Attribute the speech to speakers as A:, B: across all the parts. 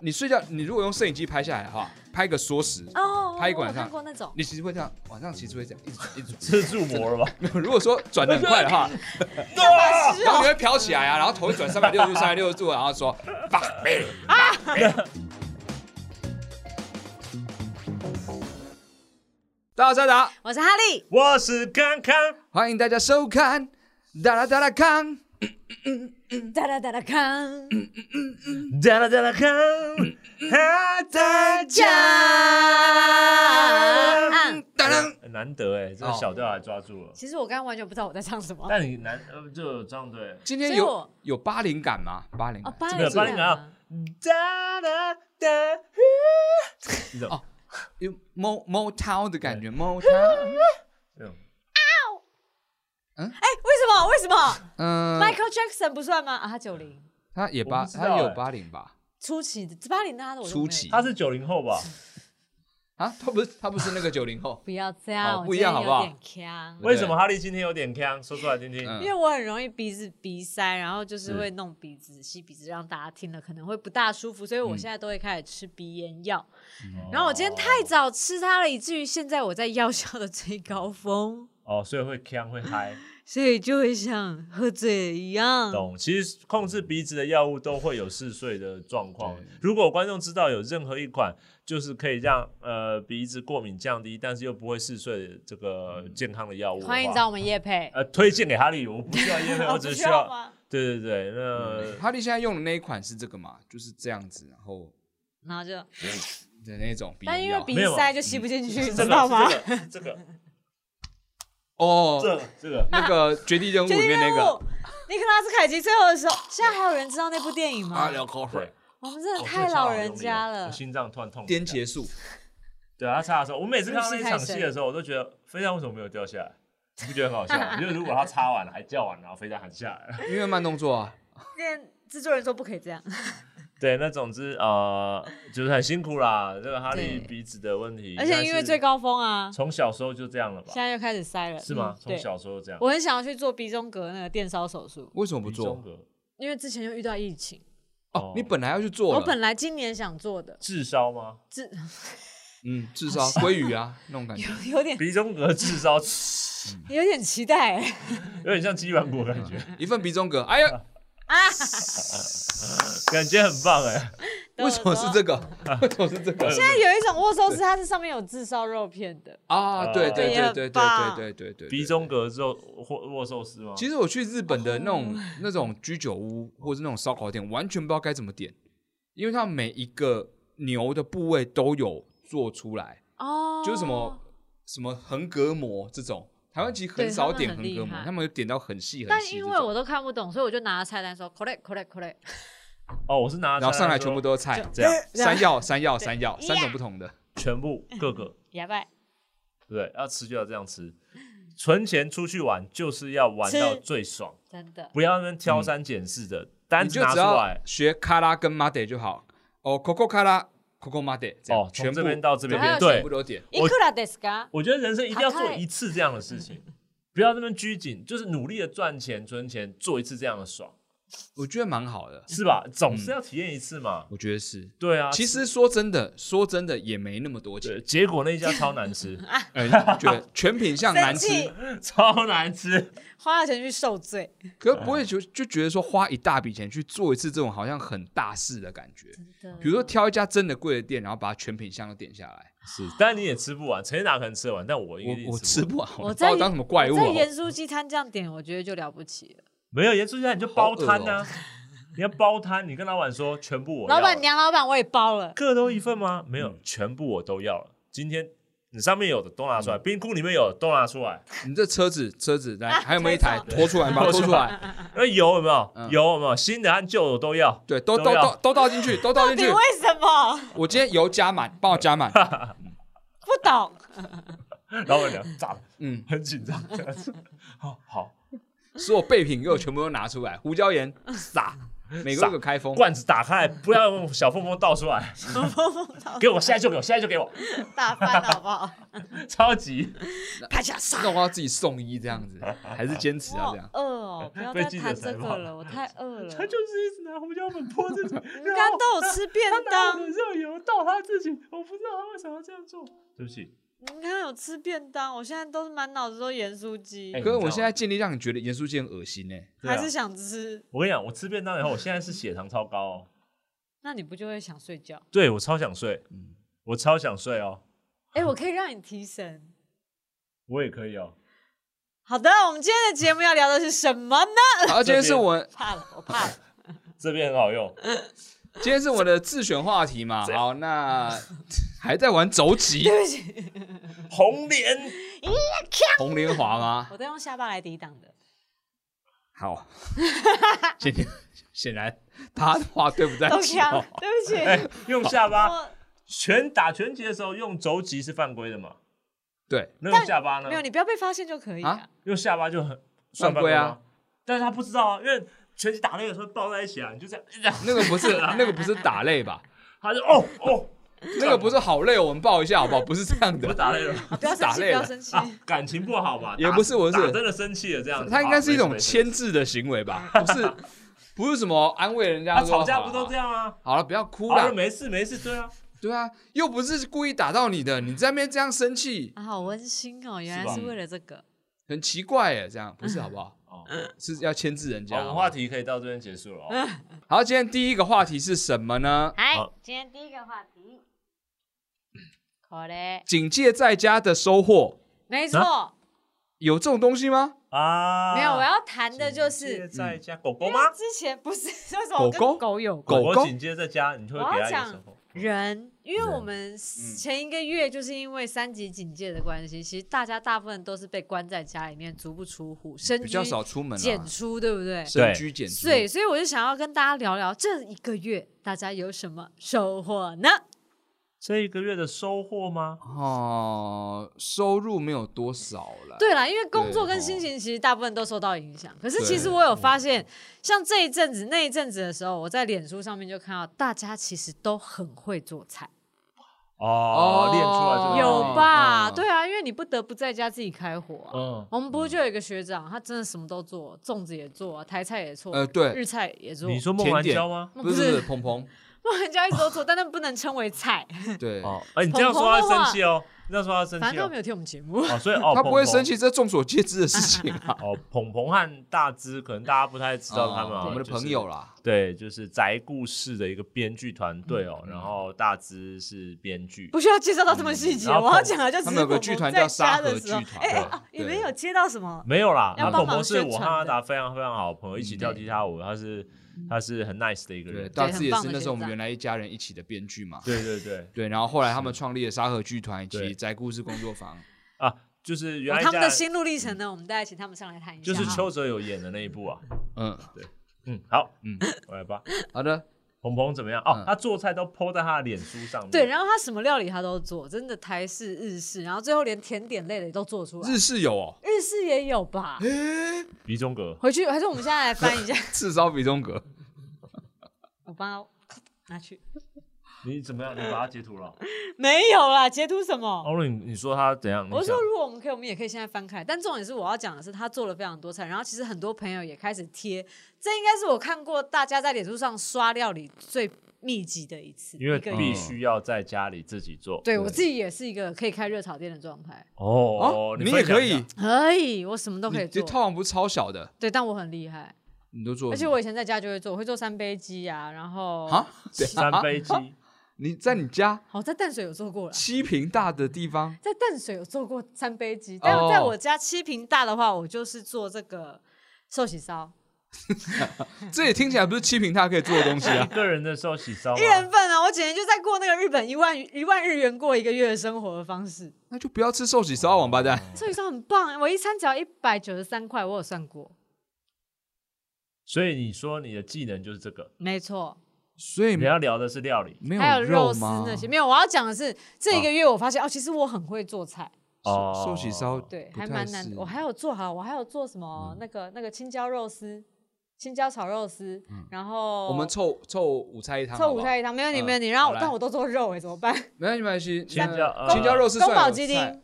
A: 你睡觉，你如果用摄影机拍下来哈，拍个缩时，
B: 哦，
A: 拍一晚
B: 我
A: 上
B: 看过那种，
A: 你其实会这样，晚上其实会这样，一直一直
C: 这是入魔了吧？
A: 如果说转的很快的话，然后你会飘起来啊，然后头一转三百六十度、三百六十度，然后说 fuck me。大家好，我是阿达，
B: 我是哈利，
C: 我是康康，
A: 欢迎大家收看《哒啦哒啦康》。
B: 哒哒哒哒康，
C: 哒啦哒啦康，嗯哈大家。
B: 嗯
A: 当然，
C: 很难得哎，这个小调还抓住了。
B: 其实我刚刚完全不知道我在唱什么。
C: 但你难呃就有这样对，
A: 今天
B: 所以我
A: 有有八零感吗？八零
B: 哦，
A: 感
B: 八
C: 这个
B: 零
C: 八零
B: 啊
C: 感，哒啦哒，这种
A: 哦有 mo motown 的感觉，motown。
C: 这种
B: 哎，为什么？为什么
A: 嗯，
B: ？Michael Jackson 不算吗？啊，他九零
A: 他也八，
C: 我不知道
A: 他也有
C: 哎
A: 八零吧？
B: 初期的，八零他的我都没
A: 初
B: 有
A: 期
C: 他是九零后吧？
A: 啊，他不是他不是那个九零后，
B: 不要
A: 好
B: 这样，我
A: 哦不一样好
B: 今天
A: 不好
B: 有点呛
A: 对
C: 为什么哈利今天有点呛？说出来听听。
A: 嗯
B: 因为我很容易鼻子鼻塞，然后就是会弄鼻子、吸鼻子，让大家听了可能会不大舒服，所以我现在都会开始吃鼻炎药。然后我今天太早吃它了，以至于现在我在药效的最高峰，
C: 哦，所以会呛会嗨，
B: 所以就会像喝醉一样。
C: 懂？其实控制鼻子的药物都会有嗜睡的状况
A: 对。
C: 如果观众知道有任何一款就是可以让呃鼻子过敏降低，但是又不会嗜睡的这个健康的药物的话，
B: 欢迎找我们叶 佩，
C: 呃推荐给哈利。我不需要烟我只需
B: 哦不
C: 要。
B: 吗？
C: 对对对，那
A: 哈利现在用的那一款是这个嘛？就是这样子，然后
B: 然后就，
A: 的那种鼻
B: 但
A: 炎
B: 因为
A: 药
B: 鼻
C: 没有
B: 塞就吸不进去，
C: 是
B: 你
C: 这
B: 知
C: 个
B: 道吗？
C: 是这个这
A: 哦，
C: 个这这个
A: 那个《绝地任务》
B: 决
A: 里
B: 定
A: 面
B: 任
A: 那
B: 务
A: 个，
B: 尼克拉斯凯奇最后的时候，现在还有人知道那部电影吗？
A: 口
C: 对，
B: 我们真的
C: 哦
B: 太老人家
C: 这个超好用力哦
B: 了
C: 我。心脏突然痛。
A: 颠结束，
C: 对他插的时候，我每次看到那一场戏
B: 入
C: 的时候，我都觉得飞弹为什么没有掉下来？你不觉得很好 笑吗？就是如果他插完了还叫完了，然后飞弹还下来了。
A: 因为慢动作啊，
B: 那制作人说不可以这样，
C: 对，那总之呃，就是很辛苦啦。这个哈
B: 对
C: 利鼻子的问题，
B: 而且因为最高峰啊，
C: 从小时候就这样了吧
B: 现？在又开始塞了，
C: 是吗
B: 嗯？
C: 从
B: 对，
C: 小时候就这样。
B: 我很想要去做鼻中隔那个电烧手术，
A: 为什么不
C: 鼻中
A: 做？
C: 隔
B: 因为之前又遇到疫情，
C: 哦
A: 哦，你本来要去做
B: 我
A: 了，
B: 本来今年想做的，
C: 智烧吗？
B: 这
A: 嗯，至少鲑鱼啊那种感觉，
B: 有有点
C: 鼻中隔智烧，
B: 有点期待欸
C: 有点像鸡软骨的 感觉，
A: 一份鼻中隔，哎呀，
B: 啊！
C: 感觉很棒哎。
B: 懂
A: 为什么是这？个？为什么是这个
B: 懂现在有一种握寿司，它是上面有炙烧肉片的，
A: 啊？对对 对
B: 对也
A: 对对
B: 很棒
A: 对对对对，
C: 鼻中隔之后握握寿司吗？
A: 其实我去日本的那
B: 哦
A: 种、那种居酒屋或是那种烧烤店，完全不知道该怎么点，因为它每一个牛的部位都有做出来，
B: 哦，
A: 就是什么什么横膈膜这种，台湾其实很
B: 对
A: 少
B: 他们
A: 点
B: 很
A: 横
B: 厉
A: 膈膜，
B: 害
A: 他们有点到很细很
B: 但
A: 细这
B: 因
A: 种。
B: 为我都看不懂，所以我就拿菜单说 “correct correct correct”，
C: 哦，我是拿
A: 然后上来全部
C: 都
A: 都是菜，
C: 这样，
B: 啊
A: 山药山药山药
B: 对
A: 三种不同的，
C: 全部各个。
B: 哑巴，
C: 对，要吃就要这样吃。存钱出去玩就是要玩到
B: 吃
C: 最爽，
B: 真的。
C: 不要那边挑三拣四的，
A: 你
C: 单子
A: 就
C: 拿
A: 只
C: 出
A: 要
C: 来
A: 学卡拉跟 mate 就好。哦，coco 卡拉，coco mate，这样
C: 哦，从
A: 全部
C: 这边到这
B: 还
C: 边，
B: 有
C: 对
A: 全部，都点。
B: いくらですか？
C: 我觉得人生一定要
B: 好
C: 做
B: 看
C: 一次这样的事
A: 嗯
C: 情，不要那边拘谨，就是努力的赚钱存钱，做一次这样的爽，
A: 我觉得蛮好的，
C: 是吧？总是要体验一次嘛。
A: 我觉得是。
C: 对啊，
A: 嗯其实说真的，说真的也没那么多
C: 对，
A: 钱，
C: 结果那一家超 难吃，
A: 呃，觉 得全品相难吃
B: 生，气
C: 超难吃。
B: 花了钱去受罪，
A: 可
C: 嗯
A: 不会就就觉得说花一大笔钱去做一次这种好像很大事的感觉。比如说挑一家真的贵的店，然后把它全品相都点下来，
C: 是，但你也吃不完，陈建达可能吃得完，但我一定
A: 我我吃
C: 吃不完
A: 不完，
B: 我
A: 把
B: 在
A: 我当什么怪物
B: 我在
A: 哦？
B: 盐酥鸡摊这样点，我觉得就了不起了。
C: 没有盐酥鸡蛋你就包摊呐、
A: 好饿哦
C: 你要包摊，你跟老板说全部我要
B: 老板娘、老板我也包了，
C: 各都一份吗？没
A: 嗯
C: 有，全部我都要了。今天你上面有的都拿出来，
A: 嗯
C: 冰库里面有的都拿出来。
A: 你这车子车子来，
B: 啊
A: 还有没有一台
B: 车
A: 拖出来 吧？
C: 拖
A: 拖
C: 出
A: 出来，
C: 那哎油有没有？
A: 嗯
C: 油有没有？新的和旧的都要。
A: 对，都
C: 都
A: 都
C: 要
A: 都都倒进去，都倒进
B: 你
A: 去。
B: 为什么
A: 我今天油加满，帮我加满。
B: 不懂？
C: 老板娘炸了，
A: 嗯，
C: 很紧张。这样子好好，
A: 所有备品给我全部都拿出来，胡椒盐撒，美国有个开封，
C: 罐子打开，不要用小缝缝倒出来，给我，现在就给我，现在就给我，
B: 大翻好不好？
C: 超级
B: 啪下杀！
A: 那我要自己送医这 样子，还是坚持要啊这
B: 我
A: 样？
B: 饿哦，不要
C: 啊被
B: 再
C: 记者
B: 谈这
C: 采
B: 个
C: 访
B: 了，我太 饿了。
C: 他就是一直拿胡椒粉泼自己，
B: 我们刚刚都有吃便
C: 他拿我
B: 当
C: 的，热油倒他自己，我不知道他为什么要这样做。对不起，
B: 我们刚刚有吃便当，我现在都是满脑子都盐酥鸡
C: 哎，
A: 可是我现在尽力让你觉得盐酥鸡很恶 心呢、
C: 对啊
B: 还是想吃，
C: 我跟你讲，我吃便当以后，我现在是血糖超高、哦，
B: 那你不就会想睡 觉？
C: 对我超想睡，嗯我超想睡哦，
B: 哎，我可以让你提神。
C: 我也可以哦。
B: 好的，我们今天的节目要聊的是什么呢？
A: 好，今天是我
B: 怕了，我怕了。
C: 这边很好用，
A: 今天是我的自选话题 嘛？好，那还在玩肘击
C: 红莲
A: 红莲华吗？
B: 我都用下巴来抵挡的。
A: 好，显 显然他的话对不在
B: 都
A: 起
B: 强
A: 哦。，
B: 啊对
C: 哎、
B: 不起，
C: 用下巴
B: 我
C: 拳打拳击的时候用肘击是犯规的嘛？
A: 对，
C: 那用下巴呢
B: 没？有，你不要被发现就可以
A: 啊
B: 啊。
C: 用下巴就很
A: 犯
C: 算
A: 规啊
C: 吗，但是他不知道啊，因为拳击打那个时候抱在一起啊，你就这样，这样
A: 那个不 是那个不是打擂吧？
C: 他就哦哦，
A: 那个不是好累，我们抱一下好不好？不是这样
C: 不是
A: 的，
C: 打累了。
B: 啊不要生
A: 打
B: 气，不
A: 累
B: 要
A: 了
B: 生气。
C: 啊，感情不好吧？
A: 也
C: 打
A: 不是我是
C: 打真的生气了这样子。
A: 他应该是一
C: 啊
A: 种
C: 没事
A: 牵制的行为吧？不是不是什么安慰人
C: 没事
A: 家
C: 啊，
A: 说
C: 吵架不都这
A: 样？
C: 样吗？
A: 好了，不要哭
C: 好
A: 了
C: 了，，没事没事，对啊，
A: 对啊，又不是故意打到你的，你在那边这样生气，
B: 啊，好温馨哦，原来
C: 吧
B: 是为了这个。
A: 很奇怪耶，这样不是好不好？
C: 哦，
A: 是要牵制人
C: 好
A: 家。
C: 我们话题可以到这边结束了
B: 嗯
C: 哦。
A: 好，今天第一个话题是什么呢？
B: 哎
C: 好，
B: 今天第一个话题，好嘞，
A: 警戒在家的收获
B: 没错，
A: 有这种东西吗？
C: 啊，
B: 没有，我要谈的就
C: 紧接
B: 是
C: 在家狗狗
B: 因
C: 吗
B: 为？之前不是为什么
A: 狗
B: 我跟
A: 狗
B: 狗有关
A: 嗯狗狗
C: 紧接在家，你就会
B: 我
C: 给
B: 要
C: 它一个
B: 讲
C: 收获。
B: 人，因为我
C: 人
B: 们前一个月就是因为三级警戒的关系，其实大家大部分都是被关在家里面，足不出户，深
A: 比
B: 居
A: 较少出门
B: 简
A: 啊，
B: 出，对不对？
A: 深居简出。
B: 对，所以我就想要跟大家聊聊这一个月大家有什么收获呢？
C: 这一个月的收获吗？
A: 哦，收入没有多少了。
B: 对啦，因为工作
A: 对哦
B: 跟心情其实大部分都受到影响。可是其实
A: 对嗯
B: 我有发现，像这一阵子、那一阵子的时候，我在脸书上面就看到大家其实都很会做菜，
C: 哦，练出来这个
A: 哦哦
B: 有吧？
A: 嗯
B: 对啊，因为你不得不在家自己开火啊。
C: 嗯，
B: 我们不是就有一个学长，他真的什么都做，粽子也做啊，台菜也做，
A: 呃对
B: 日菜也做。
C: 你说孟兰娇吗？
A: 不是，不
B: 不
A: 是
B: 是
A: 鹏 鹏，
B: 我人家一直都做，但那不能称 为菜，
A: 对，
C: 哦，哎，你这样说他会生气哦，你这样说他生
B: 啊反正
C: 气
B: 他
C: 哦
B: 没。有听我们节目。
C: 哦，所以哦，
A: 他不会
C: 鹏鹏
A: 生。气，这众所皆知的事情啊。
C: 哦，鹏鹏和大只可能大家不太 知道他们啊，
A: 哦我们的
C: 就是
A: 朋友啦，
C: 对，就是宅故事的一个编剧团队
A: 嗯
C: 哦，然后大只是编剧，
B: 不需要介绍到这么细节，
A: 嗯
C: 然后
B: 我要讲的就只
A: 他
B: 是
A: 们有个
B: 我
A: 剧团
B: 在
A: 叫沙
B: 家
A: 河
B: 的时候
A: 剧，团
B: 哎哎
C: 对
B: 啊你
A: 对
B: 们有接到什么？
C: 没有啦。
B: 要
C: 那
B: 帮
C: 鹏鹏
B: 忙
C: 是
B: 宣
C: 我和
B: 传的
C: 阿达非常非常好的朋友，一起跳踢踏舞，他是他是很 nice 的一
A: 嗯
C: 个
A: 对，
C: 人，
A: 大
B: 对
A: 致
B: 很
A: 也
B: 棒
A: 是
B: 的
A: 那时
B: 学
A: 候我们
B: 长
A: 原来一家人一起的编剧嘛。
C: 对对对
A: 对，然后后来他们创立了沙河剧团以及
C: 对
A: 宅故事工作坊。
C: 啊，就是
B: 哦
C: 原来一
B: 他们的
C: 家
B: 心路历程呢？我们大家请他们上来谈一下
C: 就
B: 啊。
C: 是邱泽有演的那一部啊，
A: 嗯，
C: 嗯，好，
A: 嗯
C: 嗯，我来吧。
A: 好的，
C: 鹏鹏怎么样？哦，
A: 嗯
C: 他做菜都 PO 在他的脸书上面。
B: 对，然后他什么料理他都做，真的台式、日式，然后最后连甜点类的都做出来。
A: 日式有哦，
B: 日式也有吧？
C: 鼻中隔
B: 回去还是我们现在来翻 一下，
A: 赤烧比中格。
B: 我帮他拿去。
C: 你怎么样？你把它截图 了？
B: 没有啦，截图什么？
C: 欧伦，你说他怎样？
B: 我
C: 你
B: 说，
C: 想
B: 如果我们可以，我们也可以现在翻开。但重点是，我要讲的是，他做了非常多菜，然后其实很多朋友也开始贴，这应该是我看过大家在脸书上刷料理最密集的一次，
C: 因为
B: 一个
C: 必
B: 月。
C: 须要在家里自己做。
B: 对我自己也是一个可以开热炒店的状态，
C: 哦
A: 哦，，
C: 你
A: 你也可以，
C: 嗯
B: 可以，我什么都可以
A: 你这
B: 做。
A: 套房不是超小的，
B: 对，但我很厉害，
A: 你都做了
B: 而
A: 什
B: 且
A: 么。
B: 我以前在家就会做，我会做三杯鸡啊，然后
A: 啊，对
C: 三
A: 啊
C: 杯鸡
A: 啊 你在你家
B: 好在淡水有做过了。
A: 七平大的地方，
B: 在淡水有做过三杯鸡，但
A: 哦
B: 在我家七平大的话，我就是做这个寿喜烧，
A: 这也听起来不是七平大可以做的东西
C: 一
A: 啊。
C: 个人的时候洗烧吗
B: 一？人份啊！我简直就在过那个日本一万一万日元过一个月的生活的方式。
A: 那就不要吃寿喜烧，啊王八
C: 哦
A: 蛋。
B: 寿喜烧很棒，欸我一餐只要一百九十三块，我有算过，
C: 所以你说你的技能就是这个。
B: 没错。
A: 所以
C: 你要聊的是料理
A: 没
B: 还有
A: 肉
B: 丝
A: 吗？
B: 那些，没有。我要讲的是，这一个月我发现哦，其实我很会做菜，
C: 哦，
A: 寿寿喜烧
B: 对，
A: 不
B: 还
A: 太嗯
B: 蛮难
A: 是
B: 的。我还有做好，我还有做什么那个那个青椒肉丝。青椒炒肉丝，然后
A: 嗯我们凑凑五菜一汤好
B: 凑
A: 不好，
B: 五菜一汤，没问题
A: 嗯
B: 没问题。然后
A: 好来
B: 但我都做肉哎，怎么办？
A: 没关系没关系。
C: 青
A: 那
C: 椒呃
A: 青椒肉丝
B: 宫
A: 算
B: 保
A: 我
B: 鸡
A: 的菜
B: 丁，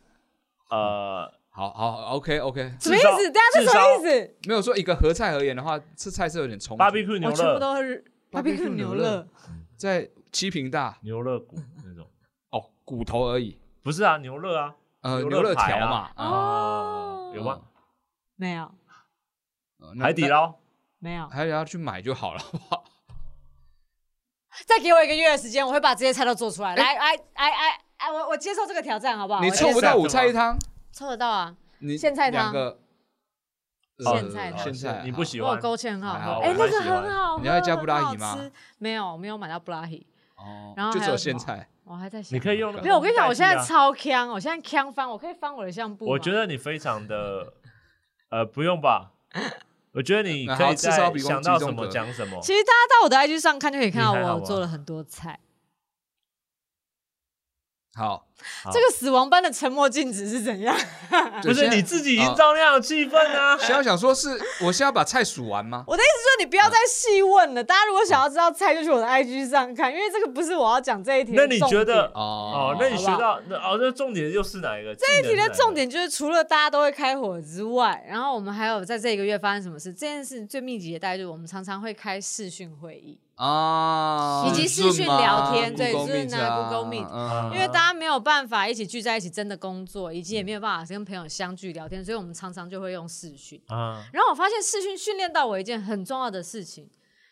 C: 呃，
A: 好好，OK OK，
B: 什么意
C: 至少
B: 思？大家是
C: 至
B: 什么意
C: 少
B: 思？
A: 没有说一个合菜而言的话，吃菜是有点冲突。
C: barbecue 牛
B: 我全部
C: 肋
B: 都是
A: Barbecue
B: barbecue 牛
A: 牛
B: 哦肋
A: 肋，在七平大
C: 牛肋 骨那种，
A: 哦，骨头而已，
C: 不是啊，牛肋啊，
A: 呃，
C: 牛
A: 牛
C: 肋
A: 肋
C: 排啊
A: 条嘛，
B: 哦
A: 啊，
C: 啊，有吗？
B: 没有
A: 呃那
C: 海底
A: 那
C: 捞
B: 没有。
A: 还得要去买就好了，好不好？
B: 再给我一个月的时间，我会把这些菜都做出来。来，哎哎哎哎，我我接受这个挑战，好不好？
A: 你
B: 我
A: 凑不
B: 接受
A: 到五菜一汤，
B: 凑得到啊？
A: 你
B: 苋菜汤
A: 两个，
B: 苋
A: 呃
B: 菜汤
A: 苋菜
C: 你不喜
B: 我有
C: 欢
B: 勾芡很好
A: 啊还好
B: 喝，哎，
A: 我
B: 那
A: 蛮
B: 个
C: 喜欢
B: 很好喝，
A: 你要加布拉
B: 很
A: 吉吗
B: 好吃？没有，我没有买到布拉吉，
A: 哦
B: 然后
A: 就
B: 还
A: 只有
B: 有什
A: 苋
B: 么
A: 菜，
B: 我还在想。
C: 你可以用那个
B: 没有，我跟你讲，我现在
C: 代替啊
B: 超腔，我现在腔翻，我可以翻我的相簿吗。
C: 我觉得你非常的，呃，不用吧？我觉得你
A: 那
C: 可
A: 呃好
C: 以
A: 至少
C: 在
A: 比公
C: 想
A: 鸡
C: 到
A: 中
C: 什么
A: 得
C: 讲什么。
B: 其实大家到我的 IG 上看就可以看到
C: 哦你还好啊
B: 我
C: 吗
B: 做了很多菜。
A: 好，
C: 好
B: 这个死亡般的沉默静止是怎样？
A: 对
B: 啊
C: 不是
A: 现在
C: 你自己
A: 哦
C: 营造那样的气氛 啊！
A: 现在想说是，我现在把菜数完吗？
B: 我的意思就是你不要再细问了。大家如果想要知道菜，就去我的 IG 上看，因为这个不是我要讲这一题的
C: 那
B: 重
C: 你
B: 点。
C: 觉得
A: 哦
C: 哦？那你
B: 好
C: 学
B: 不好
C: 到那哦？那重点又是哪一个？
B: 这
C: 这
B: 一题的重点就是，除了大家都会开火之外，然后我们还有在这一个月发生什么事？这件事最密集的，大概就是我们常常会开视讯会议，
A: 啊，
B: 以及视讯聊天对 Zoom 啊 Google Meet，
A: 嗯
B: 因为大家没有办法一起聚在一起真的工作，以及也没有办法跟朋友相聚聊天，所以我们常常就会用视讯。
C: 啊，
B: 然后我发现视讯训练到我一件很重要的事情，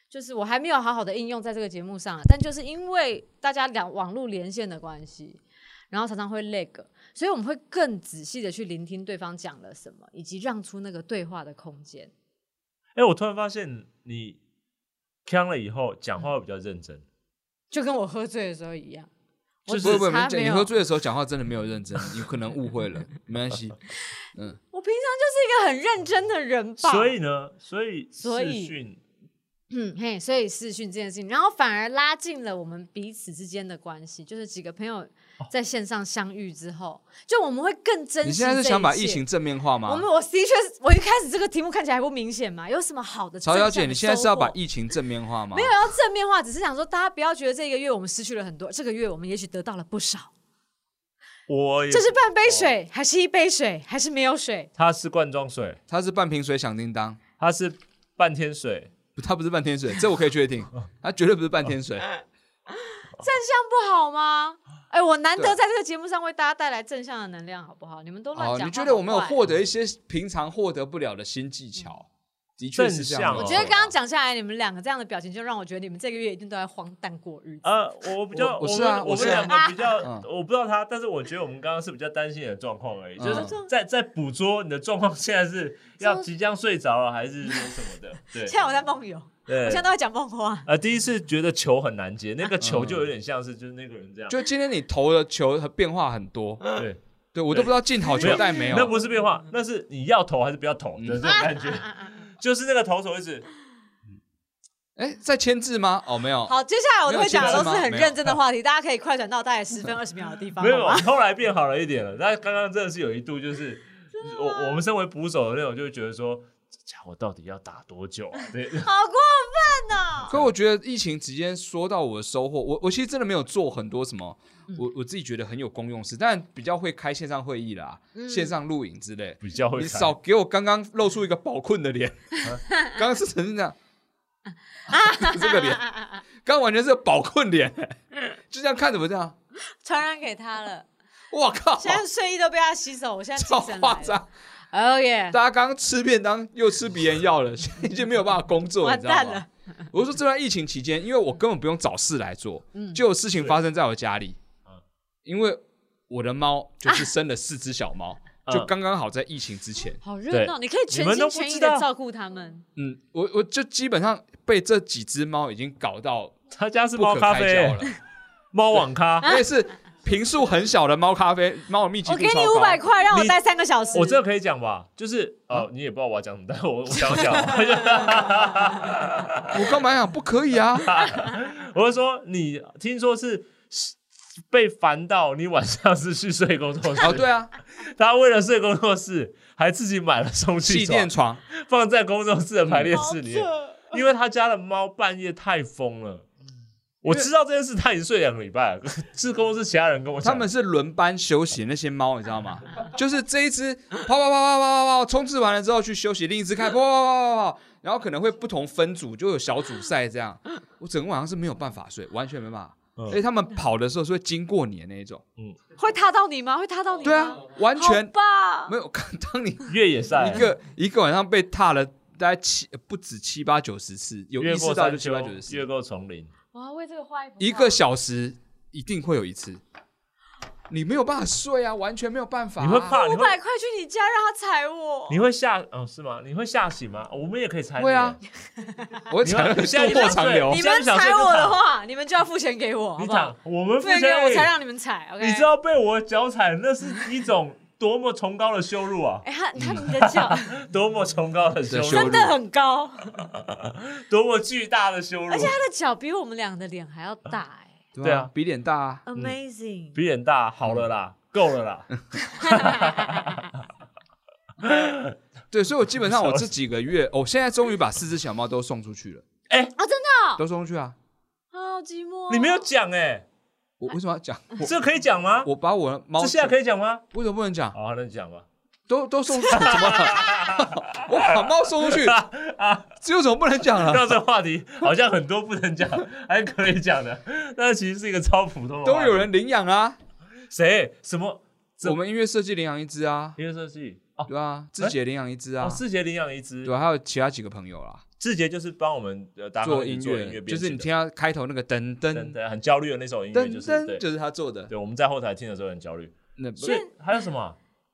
B: 就是我还没有好好的应用在这个节目上啊，但就是因为大家两网络连线的关系，然后常常会 lag，所以我们会更仔细的去聆听对方讲了什么，以及让出那个对话的空间。
C: 哎，我突然发现你呛了以后讲话会比较认真，
B: 就跟我喝醉的时候一样，我
A: 不
B: 只
A: 会不会
B: 差
A: 没
B: 没
A: 你
B: 有
A: 喝醉的时候讲话真的没有认真，你可能误会了，没关 系。
B: 我平常就是一个很认真的人吧。
C: 所以呢，所以
B: 所以
C: 视讯
B: 嗯嘿，所以视讯这件事情，然后反而拉近了我们彼此之间的关系，就是几个朋友在线上相遇之后，就我们会更珍
A: 哦你
B: 惜。
A: 现在是想把疫情？正面化吗
B: 我？们我的确是，我一开始这个题目看起来还不明显嘛，有什么好的？
A: 曹小姐，你现在是要把
B: 没
A: 疫情正面化吗？没
B: 有要正面化，只是想说大家不要觉得这个月我们失去了很多，这个月我们也许得到了不少。
C: 我
A: 嗯
C: 也
B: 这是半
A: 哦
B: 杯水，还是一杯水，还是没有水？
C: 它是罐装水，
A: 她是半瓶水响叮当，
C: 它是半天水，
A: 不她不是半天水，这我可以确定，她绝对不是半天水。
B: 不好吗？哎，我难
A: 哦对
B: 得在这个节目上为大家带来正向的能量，好不好？你们都乱讲
A: 哦
B: 话、，
A: 你觉得我们有
B: 好哦坏
A: 获得一些平常获得不了的新技巧？的确是这样
C: 正向哦
A: 没
B: 我
A: 有
B: 觉
A: 错。
B: 得刚刚讲下来，你们两个这样的表情，就让我觉得你们这个月一定都在荒诞过日子。
C: 呃，我比较，
A: 我我
C: 们
A: 是啊
C: 我
A: 我
C: 们
A: 是啊
C: 两个比较
A: 嗯，
C: 我不知道他，但是我觉得我们刚刚是比较担心你的状况而已，
A: 嗯
C: 就是在在捕捉你的状况，现在是要即将睡着了，还是有什么的？对，
B: 现在我在梦游，我
C: 对
B: 现在，都在讲梦话。
C: 呃，第一次觉得球很难接，那个球就有点像是就是那个人这样，
A: 嗯就今天你投的球和变化很多，
C: 对，
A: 对我都不知道进好哦球带没有。嗯
C: 那不是变化，那是你要投还是不要投的这种 感觉，就是那个投手一直
A: 哎，在签字吗？哦，没有。
B: 好，接下来我都会讲的都是很
A: 没有
B: 认真的话题，大家可以快转到大概十分二十秒的地方。
C: 没有，
B: 好吗
C: 后来变好了一点了。但刚刚真的是有一度，就是我我们身为捕手的那种，就会觉得说，这家伙到底要打多久啊？对，
B: 好过分哦！
A: 可我觉得疫情期间说到我的收获，我我其实真的没有做很多什么，
B: 嗯
A: 我我自己觉得很有公用事，但比较会开线上会议啦，
B: 嗯
A: 线上录影之类。
C: 比较会
A: 你
C: 看
A: 少给我刚刚露出一个宝困的 脸，刚刚是曾经这样，这个脸，刚刚完全是个宝困脸，就这样看怎么这样？
B: 传染给他了，
A: 我靠，
B: 现在睡衣都被他洗走，我现在
A: 超
B: 精神
A: 夸
B: 来了。
A: 张！
B: 哦耶！
A: 大家刚刚吃便当又吃鼻炎药了，现在已经没有办法工作，
B: 完
A: 你知道
B: 蛋
A: 吗
B: 了？
A: 我是说这段疫情期间，因为我根本不用找事来做，
B: 嗯
A: 就有事情发生在我家里
C: 嗯，
A: 因为我的猫就是生了四只小猫，
C: 啊
A: 就刚刚好在疫情之前，
B: 好热闹，你可以全
C: 你们都
B: 心
C: 不知
B: 全
C: 道
B: 意的照顾他们。
A: 嗯，我我就基本上被这几只猫已经搞到
C: 他家是
A: 不
C: 猫
A: 可
C: 咖
A: 开
C: 啡
A: 交，了，
C: 猫网咖。
A: 因为是平数很小的猫咖啡，猫的密集
B: 我
A: 度
B: 给
A: 超
B: 你
A: 高。
B: 五百块，让我
C: 你
B: 待三个小时。
C: 我这个可以讲吧，就是
A: 啊
C: 哦，你也不知道我要讲什么，但我我 想 讲，
A: 我干嘛呀？不可以 啊！
C: 我是说，你听说是被烦到你晚上是去睡工作室，
A: 哦，对啊，
C: 他为了睡工作室，还自己买了充气
A: 气
C: 床
A: 垫，床，
C: 放在工作室的排列室里面，
B: 好扯
C: 因为他家的猫半夜太疯了。我知道这件事，他已经睡两个礼拜了， 是公司其他人跟我讲
A: 他
C: 的。
A: 们是轮班休息，那些猫你知道吗？就是这一只跑跑跑跑跑跑跑，冲刺完了之后去休息，另一只开跑跑跑跑跑跑，然后可能会不同分组就有小组赛这样。我整个晚上是没有办法睡，完全没办法。
C: 嗯
A: 而且他们跑的时候是会经过你的那一种，
B: 会踏到你吗？会踏到你吗？
A: 对啊，完全
B: 好吧
A: 没，有。 当你
C: 越野赛
A: 一个一个晚上被踏了大概七不止七八九十次，有
C: 越
A: 意
C: 过
A: 识到
C: 山
A: 就七
C: 丘
A: 八九十，
C: 越
A: 次，
C: 过丛林，
B: 我要为这个画一幅
A: 一
B: 画
A: 个小时一定会有一次。你没有办法睡啊，完全没有办法啊、
C: 你会怕？你
B: 五
C: 会
B: 百块去你家让他踩我，
C: 你会吓？哦，是吗？你会吓醒吗？哦我们也可以猜。
A: 会啊， 我
C: 你
A: 讲
C: 要
A: 了
C: 现在
A: 渡
C: 就
A: 货
C: 想
A: 长
C: 睡
A: 流
B: 你，
C: 现在
B: 们
C: 不想
B: 踩
C: 睡就
B: 我的
C: 躺
B: 话，你们就要付钱给我，好
C: 你
B: 不好
C: 躺？，我们
B: 付
C: 不
B: 钱给
C: 相
B: 我
C: 信
B: 才让你们踩，OK？
C: 你知道被我脚踩，那是一种多么崇高的羞辱啊！
B: 哎，他他你的 脚
C: 多么崇高的羞
A: 的羞辱
C: 辱
B: 真，的很高，
C: 多么巨大的羞辱
B: 而！且他的脚比我们两个的脸还要大，哎
A: 对
C: 对
A: 啊
C: 啊，
A: 比脸大啊，
B: ，Amazing！
C: 比眼大，好了啦，够了啦。
B: 嗯
A: 对，所以我基本上我这几个月，我、现在终于把四只小猫都送出去了，
B: 啊，真的 哦，
A: 都送出去啊。
B: 好寂寞哦。
C: 你没有讲哎，
A: 我为什么要 讲？我
C: 这可以讲吗？
A: 我把我的猫
C: 这现在可以讲吗？
A: 为什么不能讲？
C: 好，那你讲吧。
A: 都都送 出去怎么了？ 我把猫送出去啊，这有什么不能讲了？
C: 那这话题好像很多不能讲，还可以讲的，但其实是一个超普通的
A: 都
C: 话题。
A: 有人领养啊，
C: 谁什么？这
A: 我们音乐设计领养一只啊，
C: 音乐设计哦，
A: 对啊，志杰领养一只啊
C: 哦，，志杰领养一只
A: 对，啊，还有其他几个朋友啦，
C: 志杰就是帮我们呃打
A: 做
C: 好
A: 音
C: 做音
A: 乐，
C: 乐编辑
A: 就
C: 的，
A: 是你听到开头那个噔
C: 真
A: 噔
C: 的很焦虑的那首音乐，就
A: 噔
C: 是
A: 噔，
C: 对
A: 就是他做的。
C: 对，我们在后台听的时候很焦虑。
A: 那
C: 所以还有什么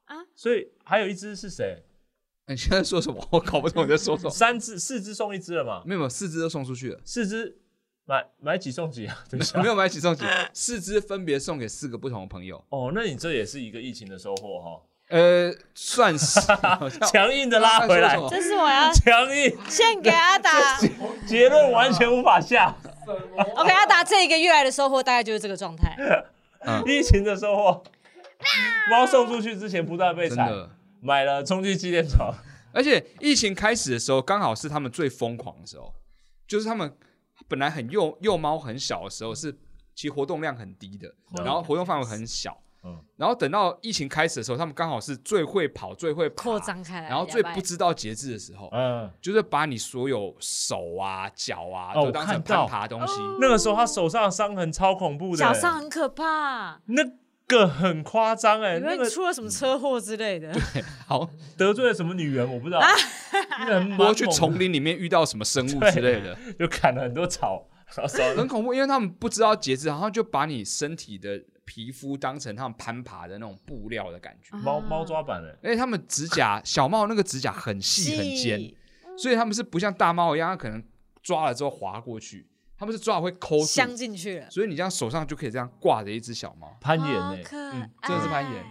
B: 啊？
C: 所以还有一只是谁？
A: 你现在说什么？我搞不懂你在说 什么。
C: 三只，四只送一只了嘛？
A: 没有，没有四只都送出 去了，
C: 四只买买几送几啊？对不起
A: 没有买起送 几，四只分别送给四个不同的朋友。
C: 哦，那你这也是一个疫情的收获哈、
A: 呃，算 是好像
C: 强硬的拉回
A: 那
C: 来
A: 说什，么
B: 这是我要
C: 强硬
B: 献给阿达。
C: 结论完全无法下，
B: OK，阿达这一个月来的收获大概就是这个状 态。
C: 疫情的收获。猫送出去之前不断被
A: 真
C: 踩，
A: 的。
C: 买了充气气垫床，
A: 而且疫情开始的时候，刚好是他们最疯狂的时候，就是他们本来很幼幼猫很小的时候是，其实活动量很低的，
C: 嗯
A: 然后活动范围很小。
C: 嗯
A: 然后等到疫情开始的时候，他们刚好是最会跑、最会爬
B: 扩张开来
A: 然后最
B: 两百
A: 不知道节制的时候，
C: 嗯，
A: 就是把你所有手啊、脚啊
C: 哦
A: 都当成
C: 我看到
A: 攀爬的东西。
C: 那个时候他手上的伤痕超恐怖的，
B: 脚
C: 欸
B: 上很可怕，
C: 那个很夸张哎，
B: 以
C: 那
B: 为
C: 个
B: 出了什么车祸之类的。
A: 好，
C: 得罪了什么女人我不知道，
B: 啊
C: 那个很哦蛮
A: 我
C: 猛的
A: 去丛林里面遇到什么生物之类的，
C: 就砍了很多草，
B: 啊
C: 然后手
A: 很恐怖，因为他们不知道节制，然后就把你身体的皮肤当成他们攀爬的那种布料的感觉。
C: 猫猫 抓板哎，
A: 而且他们指甲，小猫那个指甲很细很尖，
B: 细，
A: 所以他们是不像大猫一样，它可能抓了之后划过去，他们是抓了会抠住，
B: 镶进去了。
A: 所以你这样手上就可以这样挂着一只小猫。
C: 攀岩
B: 好
C: 哎，
B: 可爱
A: 嗯，这是攀岩。